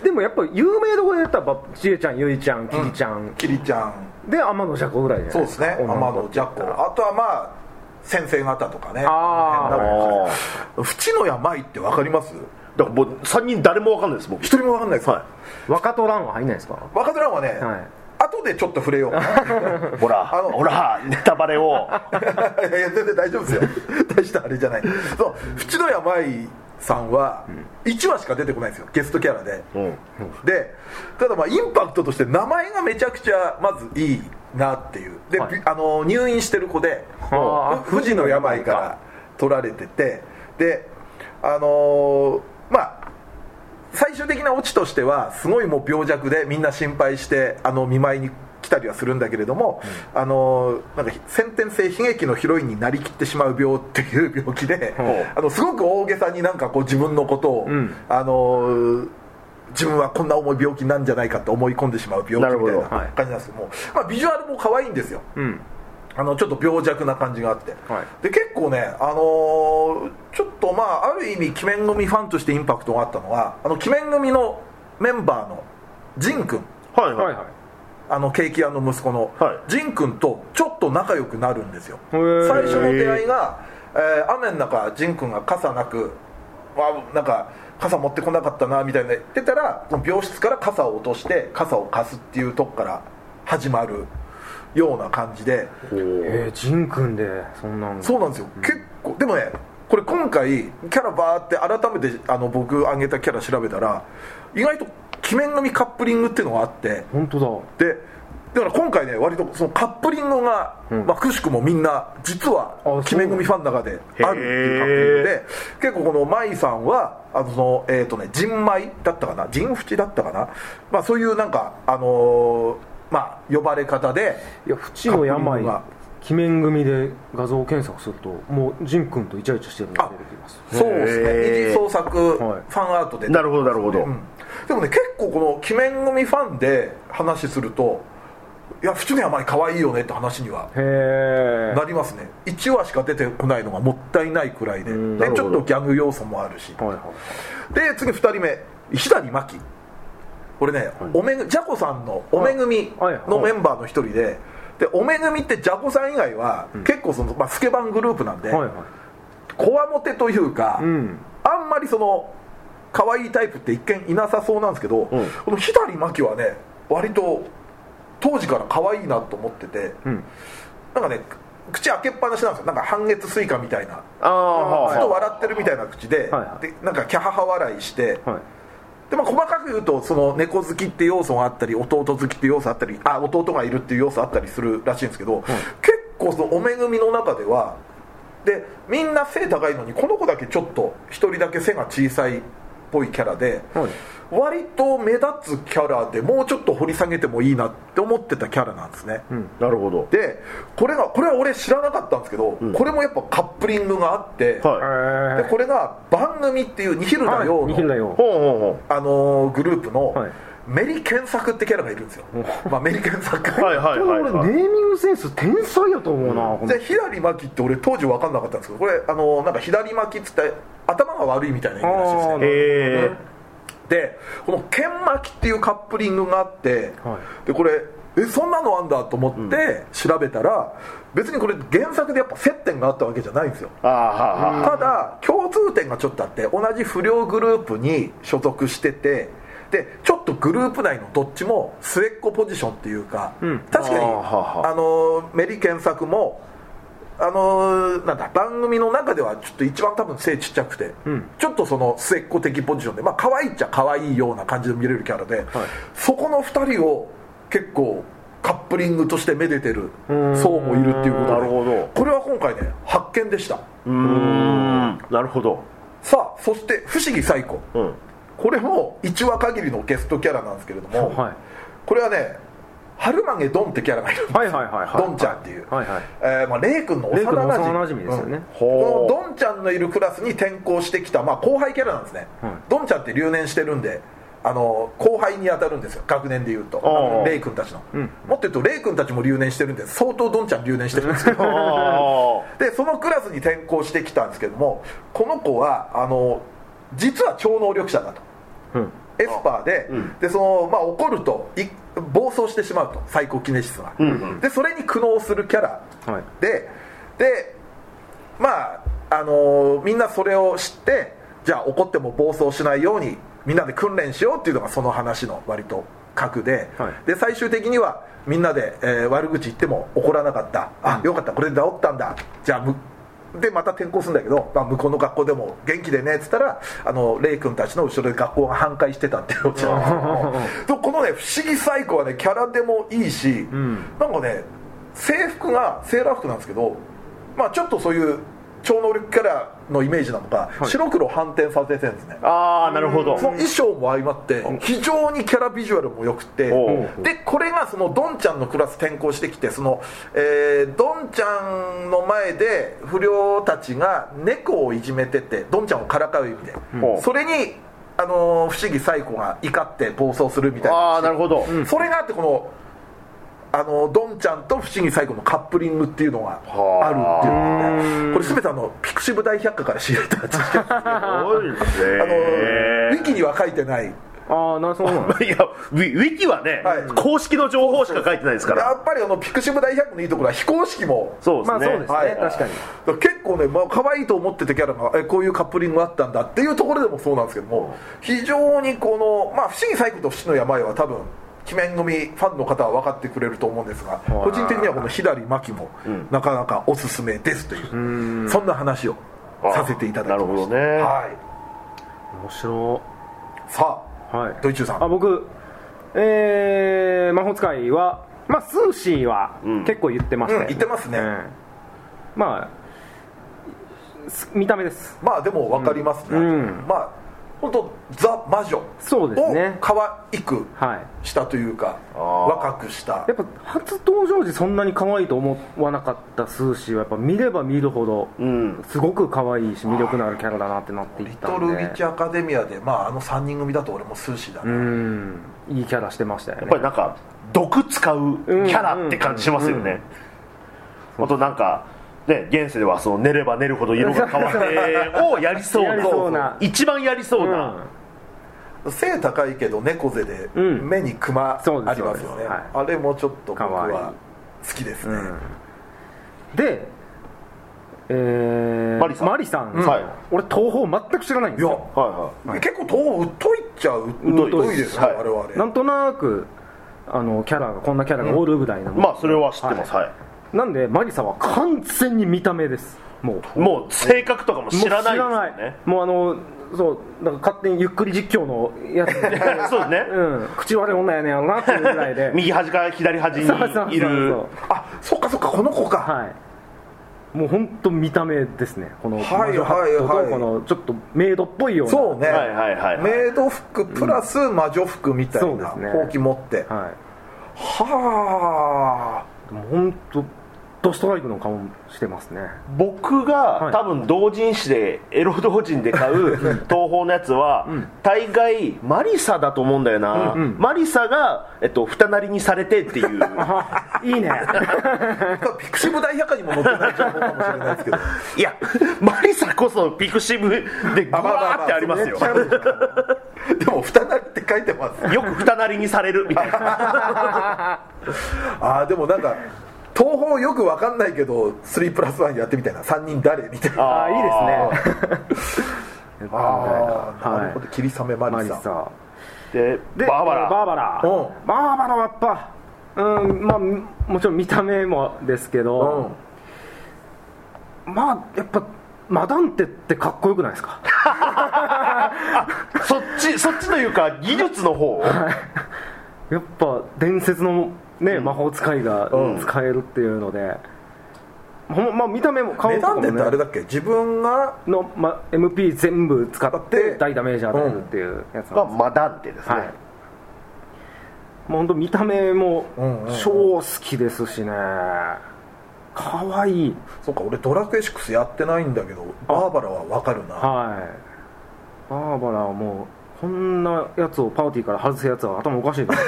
でもやっぱ有名どころで言ったらばちえちゃんゆいちゃんキリちゃん、
キリちゃん
で天野じゃこぐらいじゃな
そ
いう
ですね天
女の子
野ジャコあとはまあ先生方とかね
あー
あ
淵野や舞って分かります
だからもう3人誰もわかんないです僕
一人も分かんないですか、
若と蘭は入んないですか
若手らはね、
はい
後でちょっと触れよ うかな
ほら
あの
ほらネタバレを
いやいや全然大丈夫ですよ大したあれじゃないそう淵野や舞さんは1話しか出てこないんですよゲストキャラで、
ん
でただまあインパクトとして名前がめちゃくちゃまずいいなっていうで、
はい
びあの入院してる子で
はあ
不治の病から取られててであのーまあ最終的なオチとしてはすごいもう病弱でみんな心配してあの見舞いに来たりはするんだけれども、あのーなんか先天性悲劇のヒロインになりきってしまう病っていう病気で、
ほ
あのすごく大げさになんかこう自分のことを、
ん
あのー自分はこんな重い病気なんじゃないかって思い込んでしまう病気みたい
なる
な
ほ
どはい
感じなんですけども、まあ、ビジュアルも可愛いんですよ
うん
あのちょっと病弱な感じがあって、
はい
で結構ね、あのーちょっとまあある意味鬼面組ファンとしてインパクトがあったのはあの鬼面組のメンバーのジン君
はい
はい
はい
はい
あのケーキ屋の息子の、
はい
ジン君とちょっと仲良くなるんですよ
へ
最
ー
初の出会いが、えー雨の中ジン君が傘なくわなんか傘持ってこなかったなみたいな言ってたらその病室から傘を落として傘を貸すっていうとこから始まるような感じで
えー、ジン君でそんなの
そうなんですよ、結構でもねこれ今回キャラバーって改めてあの僕上げたキャラ調べたら意外と鬼面組カップリングっていうのがあって
本当だ
でだから今回ね割とそのカップリングが、まあ、くしくもみんな実は
あそう
鬼面組ファンの中であるっていうカップリングで結構この舞さんはあのそのえっ、とね人舞だったかな人淵だったかな、まあ、そういうなんかあのーまあ呼ばれ方で
いや不治の病
カッ
鬼面組で画像検索するともうジン君とイチャイチャしてるのが出てきます
そうですね
へー
二次創作フ
はい
ァンアートで
なるほどなるほど、
でもね結構この鬼面組ファンで話するといや普通にあまり可愛いよねって話には
へえ
なりますね1話しか出てこないのがもったいないくらいで
ん
で
なるほ
ち
ど
ょっとギャグ要素もあるし
はいは
で次2人目左真希これね、おめぐジャコさんのおめ組
はいはい
のメンバーの一人ででおめ組ってジャコさん以外は結構その、まあ、スケバングループなんで
いはいはい
こわもてというか、
うん
あんまりその可愛いタイプって一見いなさそうなんですけど、
うん
この左真希はね割と当時から可愛いなと思ってて、
ん
なんかね口開けっぱなしなんですよなんか半月スイカみたいな
ああ
ずっと笑ってるみたいな口で,、
はいはい
でなんかキャハハ笑いして、
はい
でまあ、細かく言うとその猫好きって要素があったり弟好きって要素あったりあ弟がいるっていう要素あったりするらしいんですけど、結構そのおめ組の中ではでみんな背高いのにこの子だけちょっと一人だけ背が小さいっぽいキャラで、
はい
割と目立つキャラでもうちょっと掘り下げてもいいなって思ってたキャラなんですね、
なるほど
でこれがこれは俺知らなかったんですけど、これもやっぱカップリングがあって、
はい
で
え
これが番組っていうニヒルダヨウ
ー見
の
てんだよ
ほうほ
あのーグループの
はい
メリケン作ってキャラがいるんですよ、まあ、メリケン作
うほうはいはいはい
俺
はい
ネーミングセンス天才やと思うなこの
で左巻きって俺当時分かんなかったんですけどこれ、あのーなんか左巻きっつって頭が悪いみたいな意味らしいです
あー
ね
へえ
でこの剣巻きっていうカップリングがあって、
は
でこれえそんなのあんだと思って調べたら、別にこれ原作でやっぱ接点があったわけじゃないんですよ
ああはあはあ
ただ共通点がちょっとあって同じ不良グループに所属しててでちょっとグループ内のどっちも末っ子ポジションっていうか、確かに
あーはあは
あのメリケン作もあのなんだ番組の中ではちょっと一番多分背ちっちゃくて、ちょっとその末っ子的ポジションでまあ可愛いっちゃ可愛いような感じで見れるキャラで、そこの2人を結構カップリングとしてめでてる層もいるっていうことで
なるほど
これは今回ね発見でした
うーんなるほど
さあそして「不思議最古
うん」
これも1話限りのゲストキャラなんですけれども、
はい
これはね春曲ドンってキャラがいるんです
はいはいはいはい
ドンちゃんっていう、
はいはい
えーまあ、レイ君の
レイ君の
幼なじみ
幼馴染ですよね
こ
ほう
のドンちゃんのいるクラスに転校してきた、まあ、後輩キャラなんですね、
うん
ドンちゃんって留年してるんであの後輩に当たるんですよ学年でいうと
ああ
レイ君たちの、もっと言うとレイ君たちも留年してるんで相当ドンちゃん留年してるんですけ ど
あ
でそのクラスに転校してきたんですけどもこの子はあの実は超能力者だと
うん
エスパーで,、でそのまあ、怒るとい暴走してしまうとサイコキネシスが、でそれに苦悩するキャラ
はい
ででまあ、あのーみんなそれを知ってじゃあ怒っても暴走しないようにみんなで訓練しようっていうのがその話の割と核で,、
はい
で最終的にはみんなで、えー悪口言っても怒らなかったあよかったこれで治ったんだじゃあむでまた転校するんだけど、まあ、向こうの学校でも「元気でね」っつったらあのレイ君たちの後ろで学校が反対してたっていうおちなんですけどこのね不思議サイコはねキャラでもいいし、なんかね制服がセーラー服なんですけど、まあ、ちょっとそういう超能力キャラのイメージなのか、白黒反転させてるんですね
ああなるほど
その衣装も相まって非常にキャラビジュアルも良くて
おう
でこれがそのドンちゃんのクラス転校してきてその、えードンちゃんの前で不良たちが猫をいじめててドンちゃんをからかう意味で、
うん
それに、あのー不思議サイコが怒って暴走するみたいな
ああなるほど、
それがあってこのあのドンちゃんと不思議最後のカップリングっていうのがあるってい
は
うのでこれ全てあのピクシブ大百科から知られた知識なんですけどあ
すごいですね
のウィキには書いてない
ああなそうなんだ
いやウィウィキはね、
はい
公式の情報しか書いてないですから
やっぱりあのピクシブ大百科のいいところは非公式も
そうです
まあ
ね,、
そうですね、
はい
確かに
だから結構ね、まあ可愛いと思ってたキャラがえこういうカップリングがあったんだっていうところでもそうなんですけども非常にこの、まあ、不思議サイコと不死の病は多分鬼面組ファンの方は分かってくれると思うんですが個人的にはこの左真希もなかなかおすすめですという、そんな話をさせていただきました
なるほどね
は
面白
い、さあ
はい
ドイチューさ
あ
ん
僕えー、魔法使いはまあスーシーは
うん
結構言ってましたよ、
うん言ってますね
まあす見た目です
まあでも分かりますね、
うん
まあ本当ザ・魔女を
そうですね
可愛く
はい
したというか、
あー
若くした
やっぱ初登場時そんなに可愛いと思わなかったスーシーはやっぱ見れば見るほど
うん
すごく可愛いし魅力のあるキャラだなってなっていっ
リ
た
ト
ん
ル・リ
で
ッチ・アカデミアで、まあ、あの3人組だと俺もスーシーだ
う
ね、
んいいキャラしてましたよ
やっ
ね
ぱりなんか毒使うキャラって感じしますよ
うんうん
ねあとなんかね現世ではその寝れば寝るほど色が変わっ てをやりそう
やりそうな
一番やりそうな、
背高いけど猫背で
うん
目にクマあり
そうで
ますす
そう
よ
です
ね、
はい
あれもちょっと僕
か
は
わ
好きですね、
うんでえー、
マリさん
ん
はい
俺東宝全く知らないんですよ
い
は
や結構遠いといっちゃう
疎いです
いですね、
はい
我々
なんとなくあのキャラがこんなキャラがおるぐらいの、
いまあそれは知ってます、はい
なんでマリさんは完全に見た目ですもう
もう性格とかも知らないですよ
もう知らないもうあのそうなんか勝手にゆっくり実況のやつで、
ねそうですね、
うん、口悪い女やねんやろなっていうぐら いで
右端から左端
そうそうそうそう
にいる
あそっかそっかこの子か、
はいもう本当見た目ですねこの
はい
魔女ハット
はいは
と
い
このちょっとメイドっぽいような
そうね、
はいはいはいはい
メイド服プラス魔女服みたい
そうで
な
すね
ほうき持って
は
はあ
いもう本当ドストライクの顔してますね
僕が、
い
多分同人誌でエロ同人で買う東宝のやつは、大概マリサだと思うんだよな、
うんうん
マリサが、えっと、二なりにされてっていう
あいいね
ピクシブ大百科にも載ってない情報かもしれないですけど
いやマリサこそピクシブでグ
あまあまあ
ワ
ま
ー
あ
ってありますよ
めっちゃあるじゃんでも「ふたなり」って書いてます
よく二なりにされるみたい な
あーでもなんか東宝よくわかんないけど3プラス1やってみたいな3人誰みたいな
あいいですね
あーなるほど霧雨マ
マ
リ
リ
さん
サ
で
で
バーバラ
バーバラ、
うん
バーバラはやっぱうんまあみもちろん見た目もですけど、まあやっぱマダンテってかっこよくないですか
そっちそっちというか技術の方
やっぱ伝説のね、魔法使いが
うん
使えるっていうので、ほんままあ、見た目も顔
値
とか
段
も、
で
ね、
ってあれだっけ自分が
の、ま、MP 全部使って
で
大ダメージ与えるっていうやつなんです
がマダンテですね、
はい、もう本当見た目も
うんうんうん
超好きですしね可愛い
そうか俺ドラクエ6やってないんだけどバーバラはわかるな
はいバーバラはもうこんなやつをパーティーから外すやつは頭おかしいと思う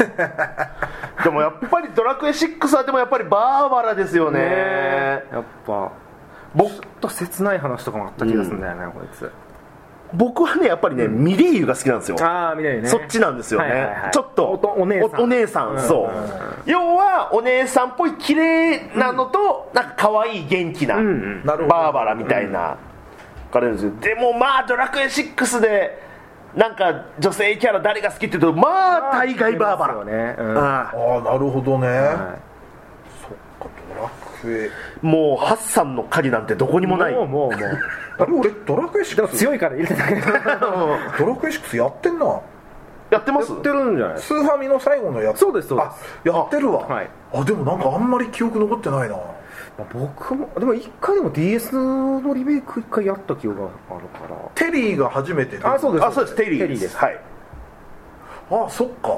でもやっぱり「ドラクエ6」はでもやっぱりバーバラですよ ね
やっぱ
僕
ちょっと切ない話とかもあった気がするんだよね、こいつ
僕はねやっぱりね、ミレイユが好きなんですよ
ああみたいなね
そっちなんですよね、
はいはいはい
ちょっと
おとお姉さん
お姉さんそう、要はお姉さんっぽい綺麗なのと、なんか可愛い元気な、
んうん
なるほど
バーバラみたいな、彼なんですよでもまあ「ドラクエ6」でなんか女性キャラ誰が好きって言うとまあ大概バーバラ、
そうですよね、うん
あ
ああなるほどね、
は
そっかドラク FA
もうハッサンの鍵なんてどこにもない
もうもうもう
あれ俺ドラクエ6
でも強いから入れてたけど
ドラクエ6やってんな
やってます
やってるんじゃない
スーファミの最後のやつ
そうですそうです
あやってるわ
はい
あでもなんかあんまり記憶残ってないな
まあ僕もでも一回でも DS のリメイク一回やった記憶があるから
テリーが初めてで
あそうです
あそうですテリーです
です
はい
あそっか
はい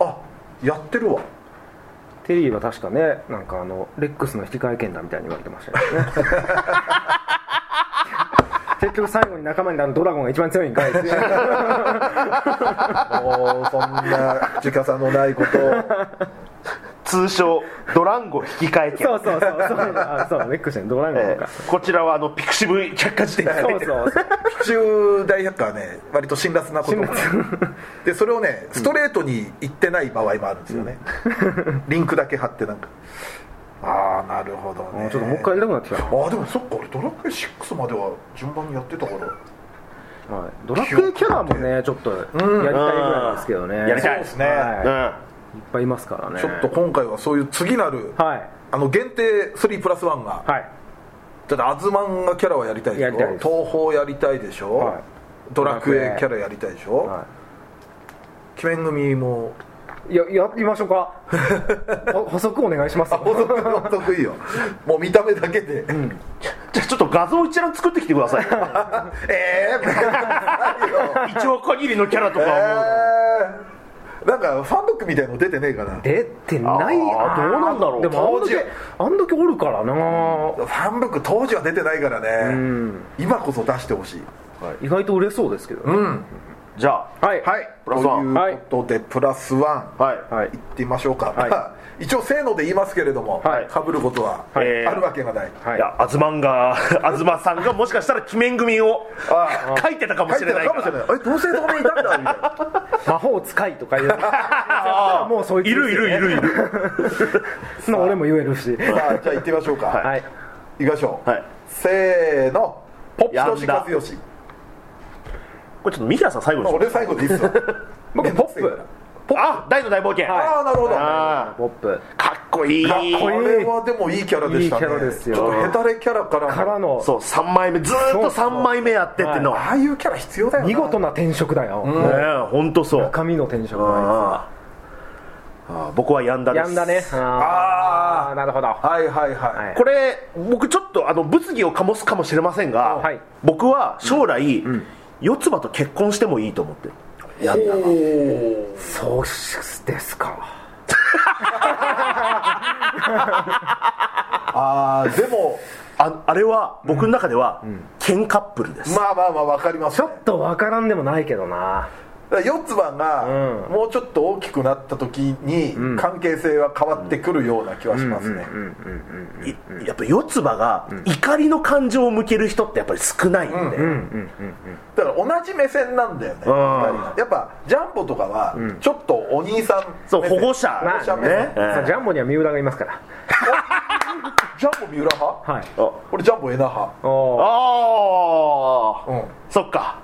あやってるわ
テリーは確かねなんかあのレックスの引き換え券だみたいに言われてました よね結局最後に仲間になるドラゴンが一番強いんかいって
もうそんな時価差のない ことを
通称ドランゴ引き換え券
そうそうそうそうあそうレックスのドラゴン
え
か、
ーこちらはあのピクシブ百科事典から
そうそうそう
中大百科はね割と辛辣なこと
辛
でそれをねストレートに言ってない場合もあるんですよね、リンクだけ貼ってなんかああなるほど
も
ね
うちょっともう一回やりたくなってきたな、
ああでもそっか俺ドラクエ6までは順番にやってたから
はい、ドラクエキャラもねちょっとやりたいぐらいですけどね、
うんやりたい
そうですね
は
うん
い、いっぱいいますからね
ちょっと今回はそういう次なる、
はい
あの限定3プラス1が、
はい
だってアズマンがキャラはやりたいでしょ
やりたいです
東宝やりたいでしょ、
はい
ドラクエキャラやりたいでしょ、
は
鬼面組 も
い、ややりましょう かほ補足お願いします
お得お得意よもう見た目だけで、
じゃあちょっと画像一覧作ってきてください
えー、
一応限りのキャラとか
え
は
ー、なんかファンブックみたいの出てねえかな
出てない
あーどうなんだろう
でもあ
当
んだけ
時
あんだけおるからな、
ファンブック当時は出てないからね、
ん
今こそ出してほしい
意外と売れそうですけどね、
うん
もうじゃあ
はい
はい
プラスワン
ということで、プラスワン
はい、
はい
行ってみましょうか、
はい
まあ 一応せーので言いますけれども、
はい
かぶることはあ
はい
るわけがない、
はい
いや東が 東さんがもしかしたら鬼面組を
あ
書いてたかも
書い
してれな
た
い
か
か
も
ら
しれないえ同性同盟いたんだみたいな
魔法使いと かいうもうそいつ
いるいるいるいる
そんな俺も言えるしは
さあじゃあ行ってみましょうか、
い
い、行きましょう、
はい
せーのポップとし
やんだ
和義
これちょっと三平さん最後
まあ
に
俺最後でいいっすよ
僕ポッ
めんどくせえ
プ
か
あ大の大冒険、
ら ああなるほど
あ
ポップ
ーかっこいい
かっこいい
これはでもいいキャラでしたね
いいキャラですよ
ちょっとヘタレキャラから
からの
そう3枚目ずーっ
そ
と
うそう
3枚目やってっての
ああいうキャラ必要だよな
見事な転職だよ、
ねえ本当そう
中身の転職だ
あーあー僕はやんだで
よ
す
やんだね
あー
あーなるほどは
はいはいはい、
い
これ僕ちょっとあの物議を醸すかもしれませんが、
はい
僕は将来、四つ葉と結婚してもいいと思ってる
そうですか
ああでも
ああれは僕の中では、剣カップルです、
まあまあまあわかります
ち
ね
ょっとわからんでもないけどな
だから四つ葉が
うん
もうちょっと大きくなった時に関係性は変わってくるような気はしますね
いやっぱ四つ葉が怒りの感情を向ける人ってやっぱり少ないんで、
だから同じ目線なんだよね二人がやっぱジャンボとかはちょっとお兄さん
そう保護者
まあね
ねえ
さあ
え
ジャンボには三浦がいますから
ジャンボ三浦派
はい
あ
俺ジャンボ江那派
おー
あー、
うん
そっか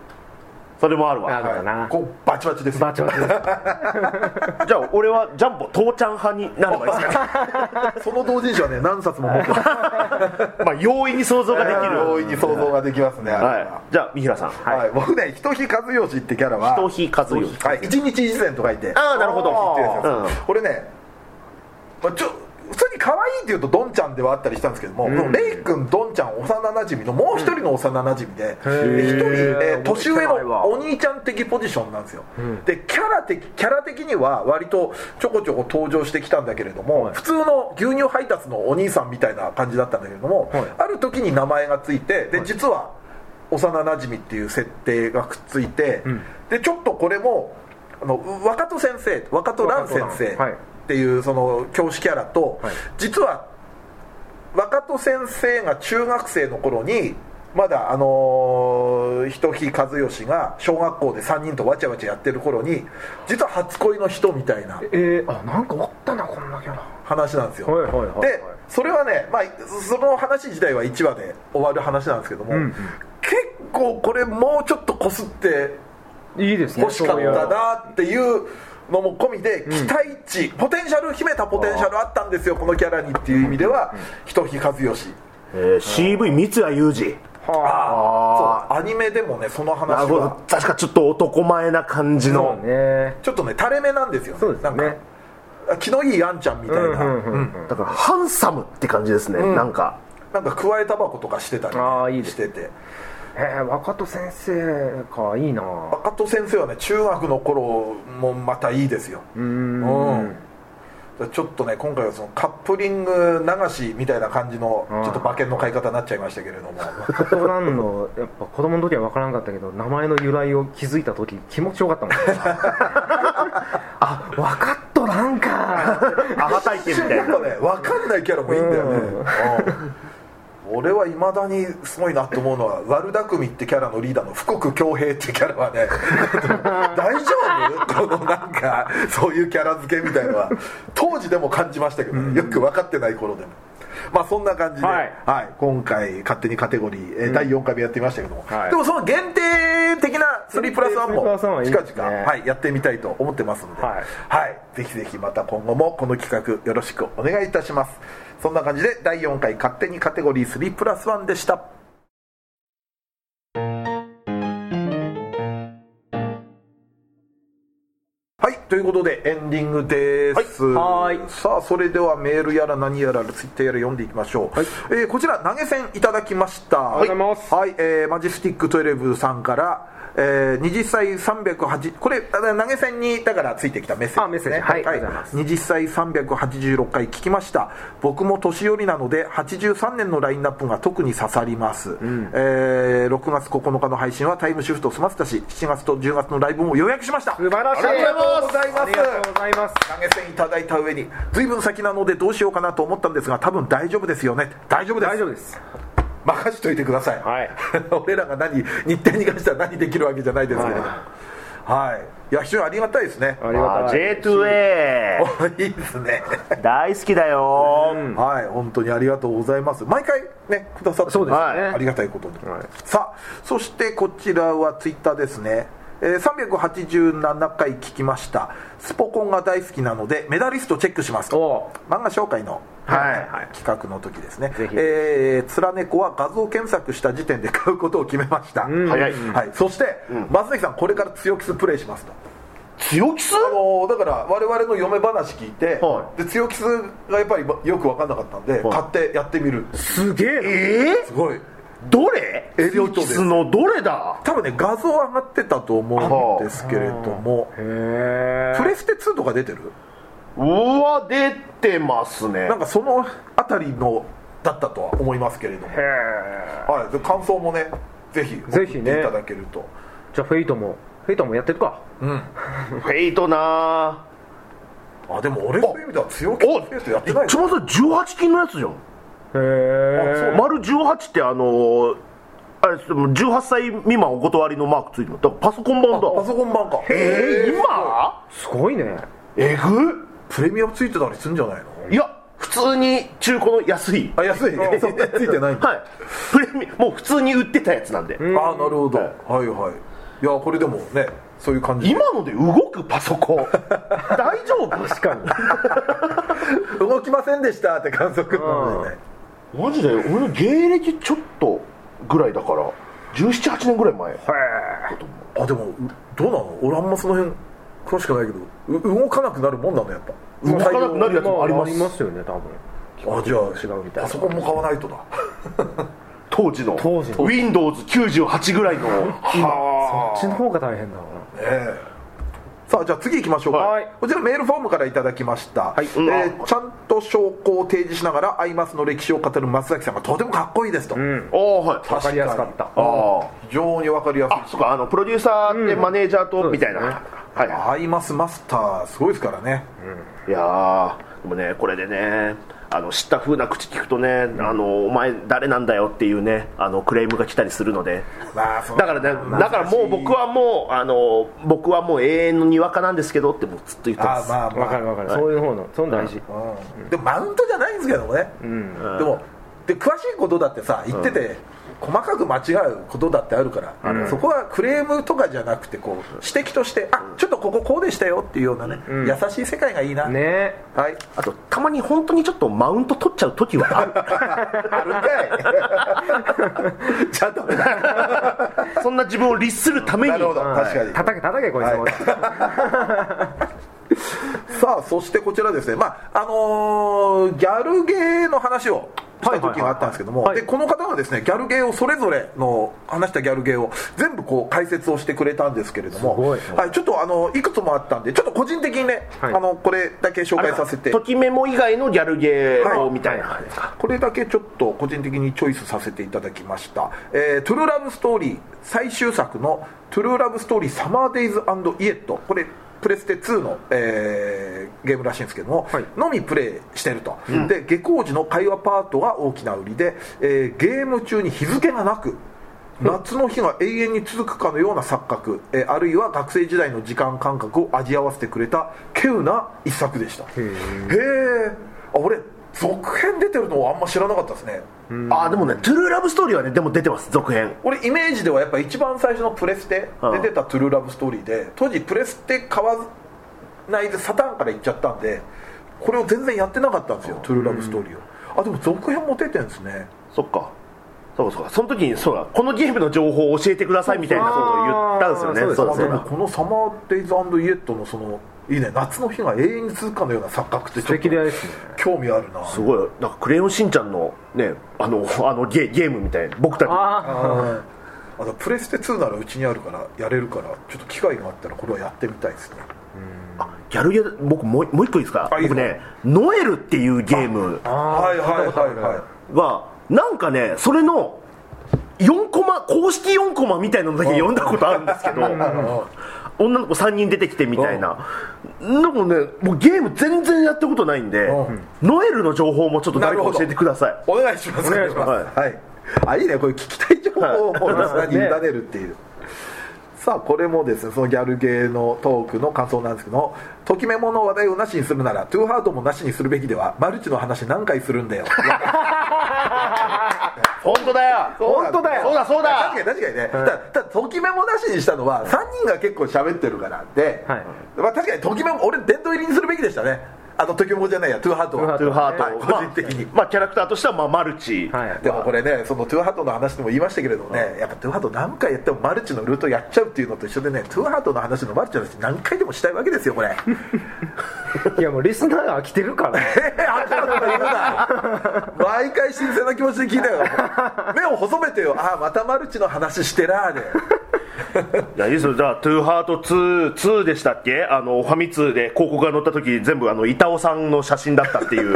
それもある
な
わ
るほどな、
こうバチバチですよ
バチバチです
じゃあ俺はジャンボ父ちゃん派になればいいですか
その同人誌はね何冊も持って ます
まあ容易に想像ができる
容易に想像ができますねあれは
はいじゃあ三平さん
はいはい僕ね人比和義ってキャラは
頭皮和義
はい、一日一善と書いて
あーなるほど
一日一善です
う
これね、まあ、ちょ普通に可愛いって言うとドンちゃんではあったりしたんですけども、このレイ君ドンちゃん幼馴染のもう一人の幼馴染でで一、人、えー年上のお兄ちゃん的ポジションなんですよ、でキャラ的キャラ的には割とちょこちょこ登場してきたんだけれども、普通の牛乳配達のお兄さんみたいな感じだったんだけれども、ある時に名前がついてで実は幼なじみっていう設定がくっついて、でちょっとこれもあの若戸先生若戸蘭先生
若戸蘭はい
っていうその教師キャラと、
はい
実は若戸先生が中学生の頃にまだあのー人比和義が小学校で3人とわちゃわちゃやってる頃に実は初恋の人みたいな
えー、あなんかおったなこんなキャラ
話なんですよ、
はいはいはいはい
でそれはね、まあ、その話自体は1話で終わる話なんですけども、結構これもうちょっとこすって
いいですね
欲しかったなっていうのも込みで期待値、ポテンシャル秘めたポテンシャルあったんですよこのキャラにっていう意味では一木和義
えー CV 三谷裕二
ああアニメでもねその
なる
話
ほど
は
確かちょっと男前な感じの、
ね
ちょっとね垂れ目なんですよね
そうです
な
ね
んか気のいいあんちゃんみたいな、
うんうんうんうん
だからハンサムって感じですね、なんか
なんか加えタバコとかしてたりね、
あーいいです
してて
えー若戸先生かいいな
赤戸先生はね中学の頃もまたいいですよ
うん
うんちょっとね今回はそのカップリング流しみたいな感じの
うん
ちょっと馬券の買い方になっちゃいましたけれども
カトランの やっぱ子供の時は分からんかったけど名前の由来を気づいた時気持ちよか ったもんあ分かっとらんか
アハ体験みたい
やっぱ
な
ね分かんないキャラもいいんだよね、うん俺はいまだにすごいなと思うのは悪巧みってキャラのリーダーの福国恭平ってキャラは ね大丈夫このなんかそういうキャラ付けみたいのは当時でも感じましたけど、ね、よく分かってない頃でも。まあそんな感じで、
はい
はい今回勝手にカテゴリー、えー第4回目やってみましたけども、
はい
でもその限定的な3プラス1も
限定3はいい
近
ですね
々、はい、やってみたいと思ってますので、
はい
はい、ぜひぜひまた今後もこの企画よろしくお願いいたしますそんな感じで第4回勝手にカテゴリー3プラス1でしたはいということでエンディングです、
はいはーい
さあそれではメールやら何やらツイッターやら読んでいきましょう、えーこちら投げ銭いただきました
ありがとうございます
はい、はいえーマジスティック12さんから、えー、20歳308これあ投げ銭にだからついてきたメッセージ
あメッセージはいありがとうございます
20歳386回聞きました僕も年寄りなので83年のラインナップが特に刺さります、えー6月9日の配信はタイムシフト済ませたし7月と10月のライブも予約しました
素晴らしい
ありがとうございます
ありがとうございます
投げ銭いただいた上に随分先なのでどうしようかなと思ったんですが多分大丈夫ですよね大丈夫です
大丈夫です
任しといてください、
はい
俺らが何日程に関しては何できるわけじゃないですけれどもはい、い、や非常にありがたいですね
あり
あ
がたい
J2A
おい いですね
大好きだよ、
はい、本当にありがとうございます。毎回ね、くださって
そうですね
はいありがたいことに。
はい
さあ、そしてこちらはツイッターですね。えー387回聞きましたスポコンが大好きなのでメダリストチェックします
お
と漫画紹介の、
はい
企画の時ですね
ぜひ
えーつら猫は画像検索した時点で買うことを決めました、
早い
はい、そして、松崎さんこれから強キスプレイしますと
強気す
あのーだから我々の嫁話聞いて、
は
で強キスがやっぱりよく分かんなかったんで、
はい
買ってやってみる
すげえ
え
すごい
ー、どれ
エリ
強
ート
気
です
すのどれだ
多分ね画像上がってたと思うんですけれども
へえ
プレステ2とか出てる
うわ出てますね
なんかそのあたりのだったとは思いますけれども、はい、で感想もねぜひ送
ぜ
っ
ひ
てい
ね
ただけると、
じゃあフェイトもフェイトもやってるか
フェイトな
あでも俺そういう意味では強気
お
なペースやってない
一番最初18金のやつじゃん
へえ
丸18ってあのーあれでも18歳未満お断りのマークついてるだからパソコン版だ
パソコン版か
えー、
ー
今
すごいね
えぐ
プレミアムついてたりするんじゃないの
いや普通に中古の安い
あ安いね そんなについてないんだ
はいプレミもう普通に売ってたやつなんで
ああなるほどはいはいいやこれでもねそういう感じ
今ので動くパソ コン大丈夫
確かに
動きませんでしたって観測なんでね
マジで俺の芸歴ちょっとぐらいだから1718年ぐらい前
あでもうどうなの俺あんまその辺詳しくないけどう動かなくなるもんなのやっぱ
動かなくなるやつもあります
ありますよね多分
あじゃあ
違うみたいな
パソコンも買わないとだ
当時の
当時の
Windows98 ぐらいの
こっちの方が大変だろうな
ええさあじゃあ次行きましょうか、
はい
こちらメールフォームからいただきました、
い
えーちゃんと証拠を提示しながらアイマスの歴史を語る松崎さんがとてもかっこいいですと、
ああはい
確
分かりやすかった
ああ
非常にわかりや
あ
す
そうかあのプロデューサーでマネージャーと、
うん
みたいな、
そうで
はい
い
は
アイマスマスターすごいですからね、
いいやーでもねこれでねあの知った風な口聞くとね、あのお前誰なんだよっていうねあのクレームが来たりするので
まあその
だからねだからもう僕はもうあの僕はもう永遠のにわかなんですけどってもうずっと言ってま
あ
す
まあま
分
あ
かる分かるそういう方のその大事
うんでもマウントじゃないんですけどもね、でもで詳しいことだってさ言ってて、細かく間違うことだってあるから、そこはクレームとかじゃなくてこう指摘として、あちょっとこここうでしたよっていうようなね、優しい世界がいいな、
ね
はい
あとたまに本当にちょっとマウント取っちゃう時はあ る
あるか
ちゃんとそんな自分を律するため
いな
に
るほど、
はい
確かに
叩け叩けこいつも、
さあそしてこちらですねまああのーギャルゲーの話をした時があったんですけども、
はいはいはいは
で
い
この方がですねギャルゲーをそれぞれの話したギャルゲーを全部こう解説をしてくれたんですけれども
すごい
はい、ちょっとあのいくつもあったんでちょっと個人的にね、
はい
あのこれだけ紹介させて
ときメモ以外のギャルゲーをみたいな感じですか、
これだけちょっと個人的にチョイスさせていただきました「えートゥルーラブストーリー」最終作の「トゥルーラブストーリーサマーデイズイエット」これプレステ2の、えーゲームらしいんですけども、
はい
のみプレイしてると、で下校時の会話パートが大きな売りで、えーゲーム中に日付がなく夏の日が永遠に続くかのような錯覚、えーあるいは学生時代の時間感覚を味合わせてくれた稀有な一作でしたへえあ俺続編出てるのはあんま知らなかったですね
あーでもね「トゥルーラブストーリー」はねでも出てます続編
俺イメージではやっぱ一番最初のプレステ
うん
で出た「トゥルーラブストーリーで当時プレステ買わないでサターンから行っちゃったんでこれを全然やってなかったんですよ「トゥルーラブストーリーをあでも続編も出てるんですね
そっかそうかそうかその時にそうだこのゲームの情報を教えてくださいみたいなことを言ったんですよね
あー
そう
まあ
だそ
で
う
も
だ
この「サマーデイズイエット」のそのいいね夏の日が永遠に続くかのような錯覚って
素
ちょっ
敵
と
ですね
興味あるな
すごいなんか「クレヨンしんちゃんの」ねあの あのゲゲームみたいな僕たち
あ
あとプレステ2ならうちにあるからやれるからちょっと機会があったらこれはやってみたいですね
ギャルゲー僕もうもう一個いいですか
あいいです
僕ね「ノエル」っていうゲーム
はいはいはいはい
はなんかねそれの4コマ公式4コマみたいなのだけ読んだことあるんですけど女の子3人出てきてみたいなでもねもうゲーム全然やったことないんで
うん
ノエルの情報もちょっと誰か教えてください
お願いします
お願いします
はい、あいいねこれ聞きたい情報をもうリスナーに委ねるっていう、さあこれもですねそのギャルゲーのトークの感想なんですけど「ときめもの話題をなしにするならトゥーハートもなしにするべきではマルチの話何回するんだよ」
本当だよ
そうなん
本当だよ
そうだそうだ
確かに確かにね、ただただときめもなしにしたのは3人が結構喋ってるからで、
はい
まあ、確かにときめも俺殿堂入りにするべきでしたねあのときめもじゃないやトゥーハートは
トゥーハート、
はい
まあ
個人的に
まあキャラクターとしてはまあマルチ、
あはい
でもこれねそのトゥーハートの話でも言いましたけれどもね、やっぱトゥーハート何回やってもマルチのルートやっちゃうっていうのと一緒でねトゥーハートの話のマルチの話何回でもしたいわけです よこれえ
いやもうリスナーが飽きてるから
えあんたのこと言うな毎回新鮮な気持ちで聞いたよ目を細めてよああまたマルチの話してなーで
いやいいですよじゃあ「トゥーハート2」2でしたっけあのファミ通で広告が載った時全部あの板尾さんの写真だったってい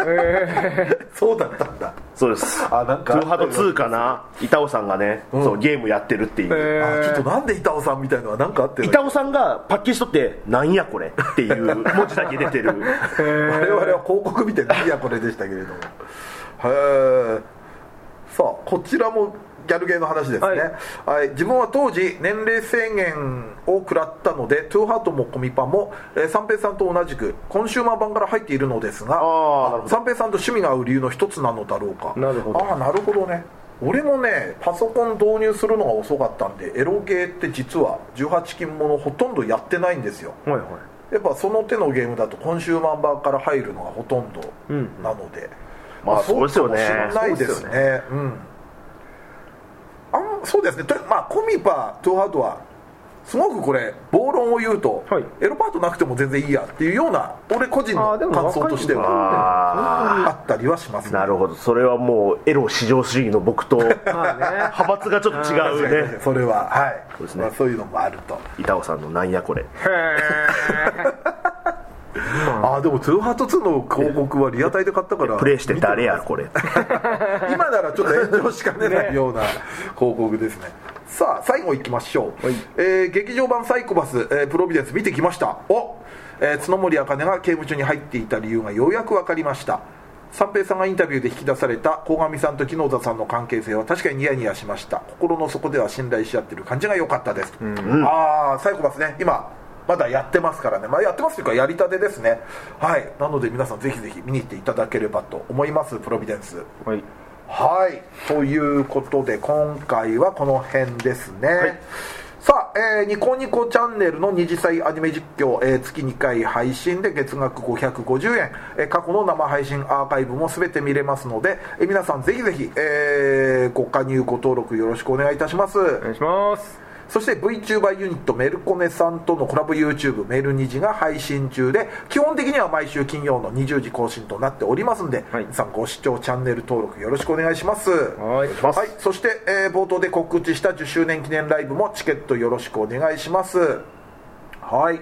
う
そうだったんだ
そうです
あなんか
トゥーハート2」かな板尾さんがね、そうゲームやってるっていう、
あ
え
ーちょっとなんで板尾さんみたいのは何かあって
板尾さんがパッケージ取って「なんやこれ」っていう文字だけ出 てる
我々は広告見て何やこれでしたけれどもへえさあこちらもギャルゲーの話ですね、は
はいい
自分は当時年齢制限を食らったのでトゥーハートもコミパも、えー三平さんと同じくコンシューマー版から入っているのですが
あーなるほど
三平さんと趣味が合う理由の一つなのだろうか
なるほど
ああなるほどね俺もねパソコン導入するのが遅かったんでエロゲーって実は18禁ものほとんどやってないんですよ
はいは
やっぱその手のゲームだとコンシューマー版から入るのがほとんどなので、
まあそうですよね
かもしれないです
そう
ね
です
うんあんそうですねとまあコミパトゥーハートはすごくこれ暴論を言うと、
はい
エロパートなくても全然いいやっていうような俺個人の
あーでも
感想としては
あ
あったりはします
ーなるほどそれはもうエロ至上主義の僕と
い
派
まあね
閥がちょっと
確
違
か
う
に
ね
それははい
そうですね
まあ、そういうのもあると
板尾さんの「なんやこれ」
あーでもトゥーハート2の広告はリアタイで買ったから
プレイして誰やこれ
今ならちょっと炎上しかねないような広告ですねさあ最後いきましょう、えー劇場版「サイコパス、えープロビデンス」見てきましたお、えー角森茜が刑務所に入っていた理由がようやく分かりました三平さんがインタビューで引き出された鴻上さんと木野田さんの関係性は確かにニヤニヤしました心の底では信頼し合ってる感じが良かったです、ああサイコパスね今まだやってますからね、まあ、やってますというかやりたてですねはいなので皆さんぜひぜひ見に行っていただければと思いますプロビデンス
はい
はいということで今回はこの辺ですね、さあ、えーニコニコチャンネルの二次祭アニメ実況、えー月2回配信で月額550円、えー過去の生配信アーカイブも全て見れますので、えー皆さんぜひぜひ、えーご加入ご登録よろしくお願いいたします、
お願いします
そして VTuber ユニットメルコネさんとのコラボ YouTube メルニジが配信中で基本的には毎週金曜の20時更新となっておりますんで、
はい
皆さんご視聴チャンネル登録よろしくお願いします
はい
ます
はい、そして、えー冒頭で告知した10周年記念ライブもチケットよろしくお願いしますはい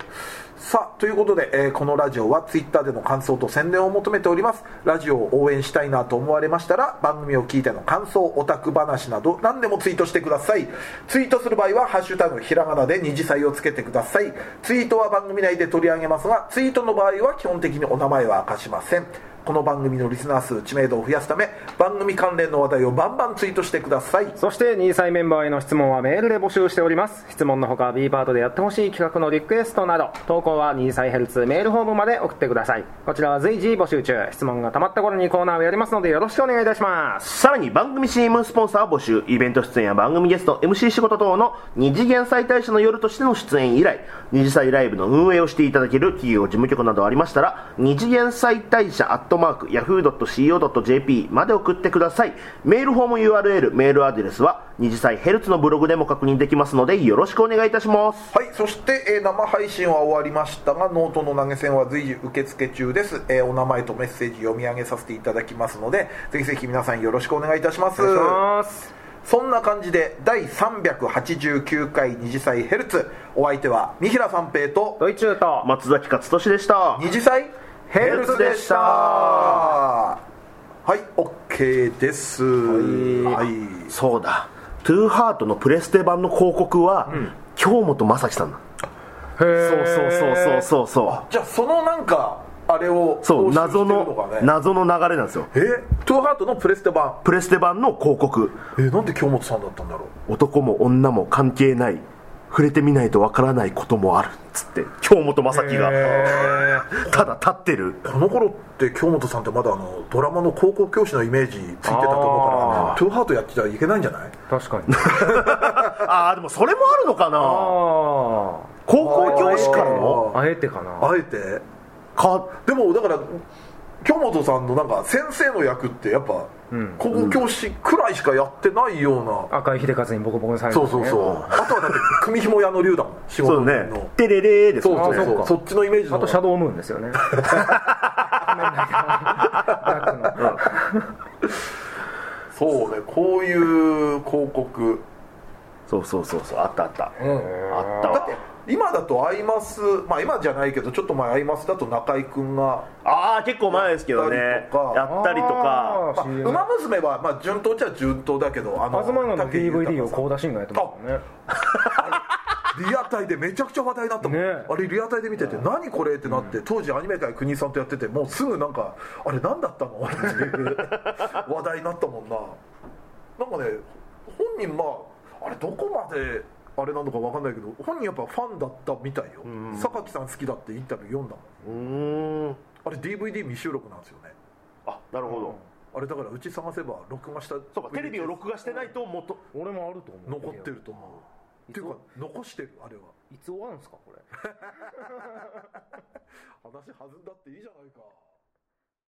さあということで、えーこのラジオはツイッターでの感想と宣伝を求めておりますラジオを応援したいなと思われましたら番組を聞いての感想オタク話など何でもツイートしてくださいツイートする場合は「ハッシュタグひらがな」で二次祭をつけてくださいツイートは番組内で取り上げますがツイートの場合は基本的にお名前は明かしませんこの番組のリスナー数知名度を増やすため番組関連の話題をバンバンツイートしてください
そして2歳メンバーへの質問はメールで募集しております質問のほか B パートでやってほしい企画のリクエストなど投稿は2歳ヘルツメールフォームまで送ってくださいこちらは随時募集中質問がたまった頃にコーナーをやりますのでよろしくお願いいたします
さらに番組 CM スポンサー募集イベント出演や番組ゲスト MC 仕事等の二次元再大社の夜としての出演以来二次祭ライブの運営をしていただける企業事務局などありましたら二次元再大社アットマーク Yahoo.co.jp まで送ってくださいメールフォーム URL メールアドレスは二次祭ヘルツのブログでも確認できますのでよろしくお願いいたします
はい、そして、えー生配信は終わりましたがノートの投げ銭は随時受付中です、えーお名前とメッセージ読み上げさせていただきますのでぜひぜひ皆さんよろしくお願いいたします
お願いします
そんな感じで第389回二次祭ヘルツお相手は三平三平と
ドイチューと
松崎勝利でした
二次祭ヘルツでしたはいオッケーですはい
そうだトゥーハートのプレステ版の広告は、京本正樹さんだそうそうそうそうそうそう
じゃあそのなんかあれを
そう
踏襲して
謎
る
の
かね
謎の流れなんですよ
えトゥーハートのプレステ版
プレステ版の広告
えなんで京本さんだったんだろう
男も女も関係ない触れてみないとわからないこともあるっつって京本正樹がただ立ってる
この頃って京本さんってまだあのドラマの高校教師のイメージついてたと思うから
あー
トゥーハートやってちゃいけないんじゃない
確かに
ああでもそれもあるのかな
あ
高校教師からの
ああえてかな
あえて
か
でもだから京本さんのなんか先生の役ってやっぱ
ん
高校教師くらいしかやってないような、
赤井秀和にボコボコにされる
そ
ん
うそ
ですね、
うそうあとはだって組紐屋の竜だもん仕
そ
事
う
の
ねテレレーです
そう
も
そ
ん
う
ね
そう
あそ
そ
っか
っちのイメージの
あとシャドウムーンですよね仮面ライダーダークの
そうねこういう広告
そうそうそうそうあったあった、あった
だ
わ
って今だとアイマスまあ今じゃないけどちょっと前アイマスだと中居君が
ああ結構前ですけどね
や
や
ったりとか
っ
まあ、
たりとか
あー CM
ウマ娘は、まあ、順当っちゃ順当だけどあ
東野の
武井豊
DVD を
さん
高田信がやってますもんね
リアタイでめちゃくちゃ話題になったもん、
ね
あれリアタイで見てて何これってなって、当時アニメ界国井さんとやっててもうすぐなんかあれ何だった のっていう話題になったもんななんかね本人まああれどこまであれなのか分かんないけど本人やっぱファンだったみたいよ、榊さん好きだってインタビュー読んだもん
うーん
あれ DVD 未収録なんですよね
あなるほど、
あれだからうち探せば録画した
そうかテレビを録画してないともっと
俺もあると思う
残ってると思う
い
って
つ
いうか残してるあれはい
つ終わるんすかこれ
話弾んだっていいじゃないか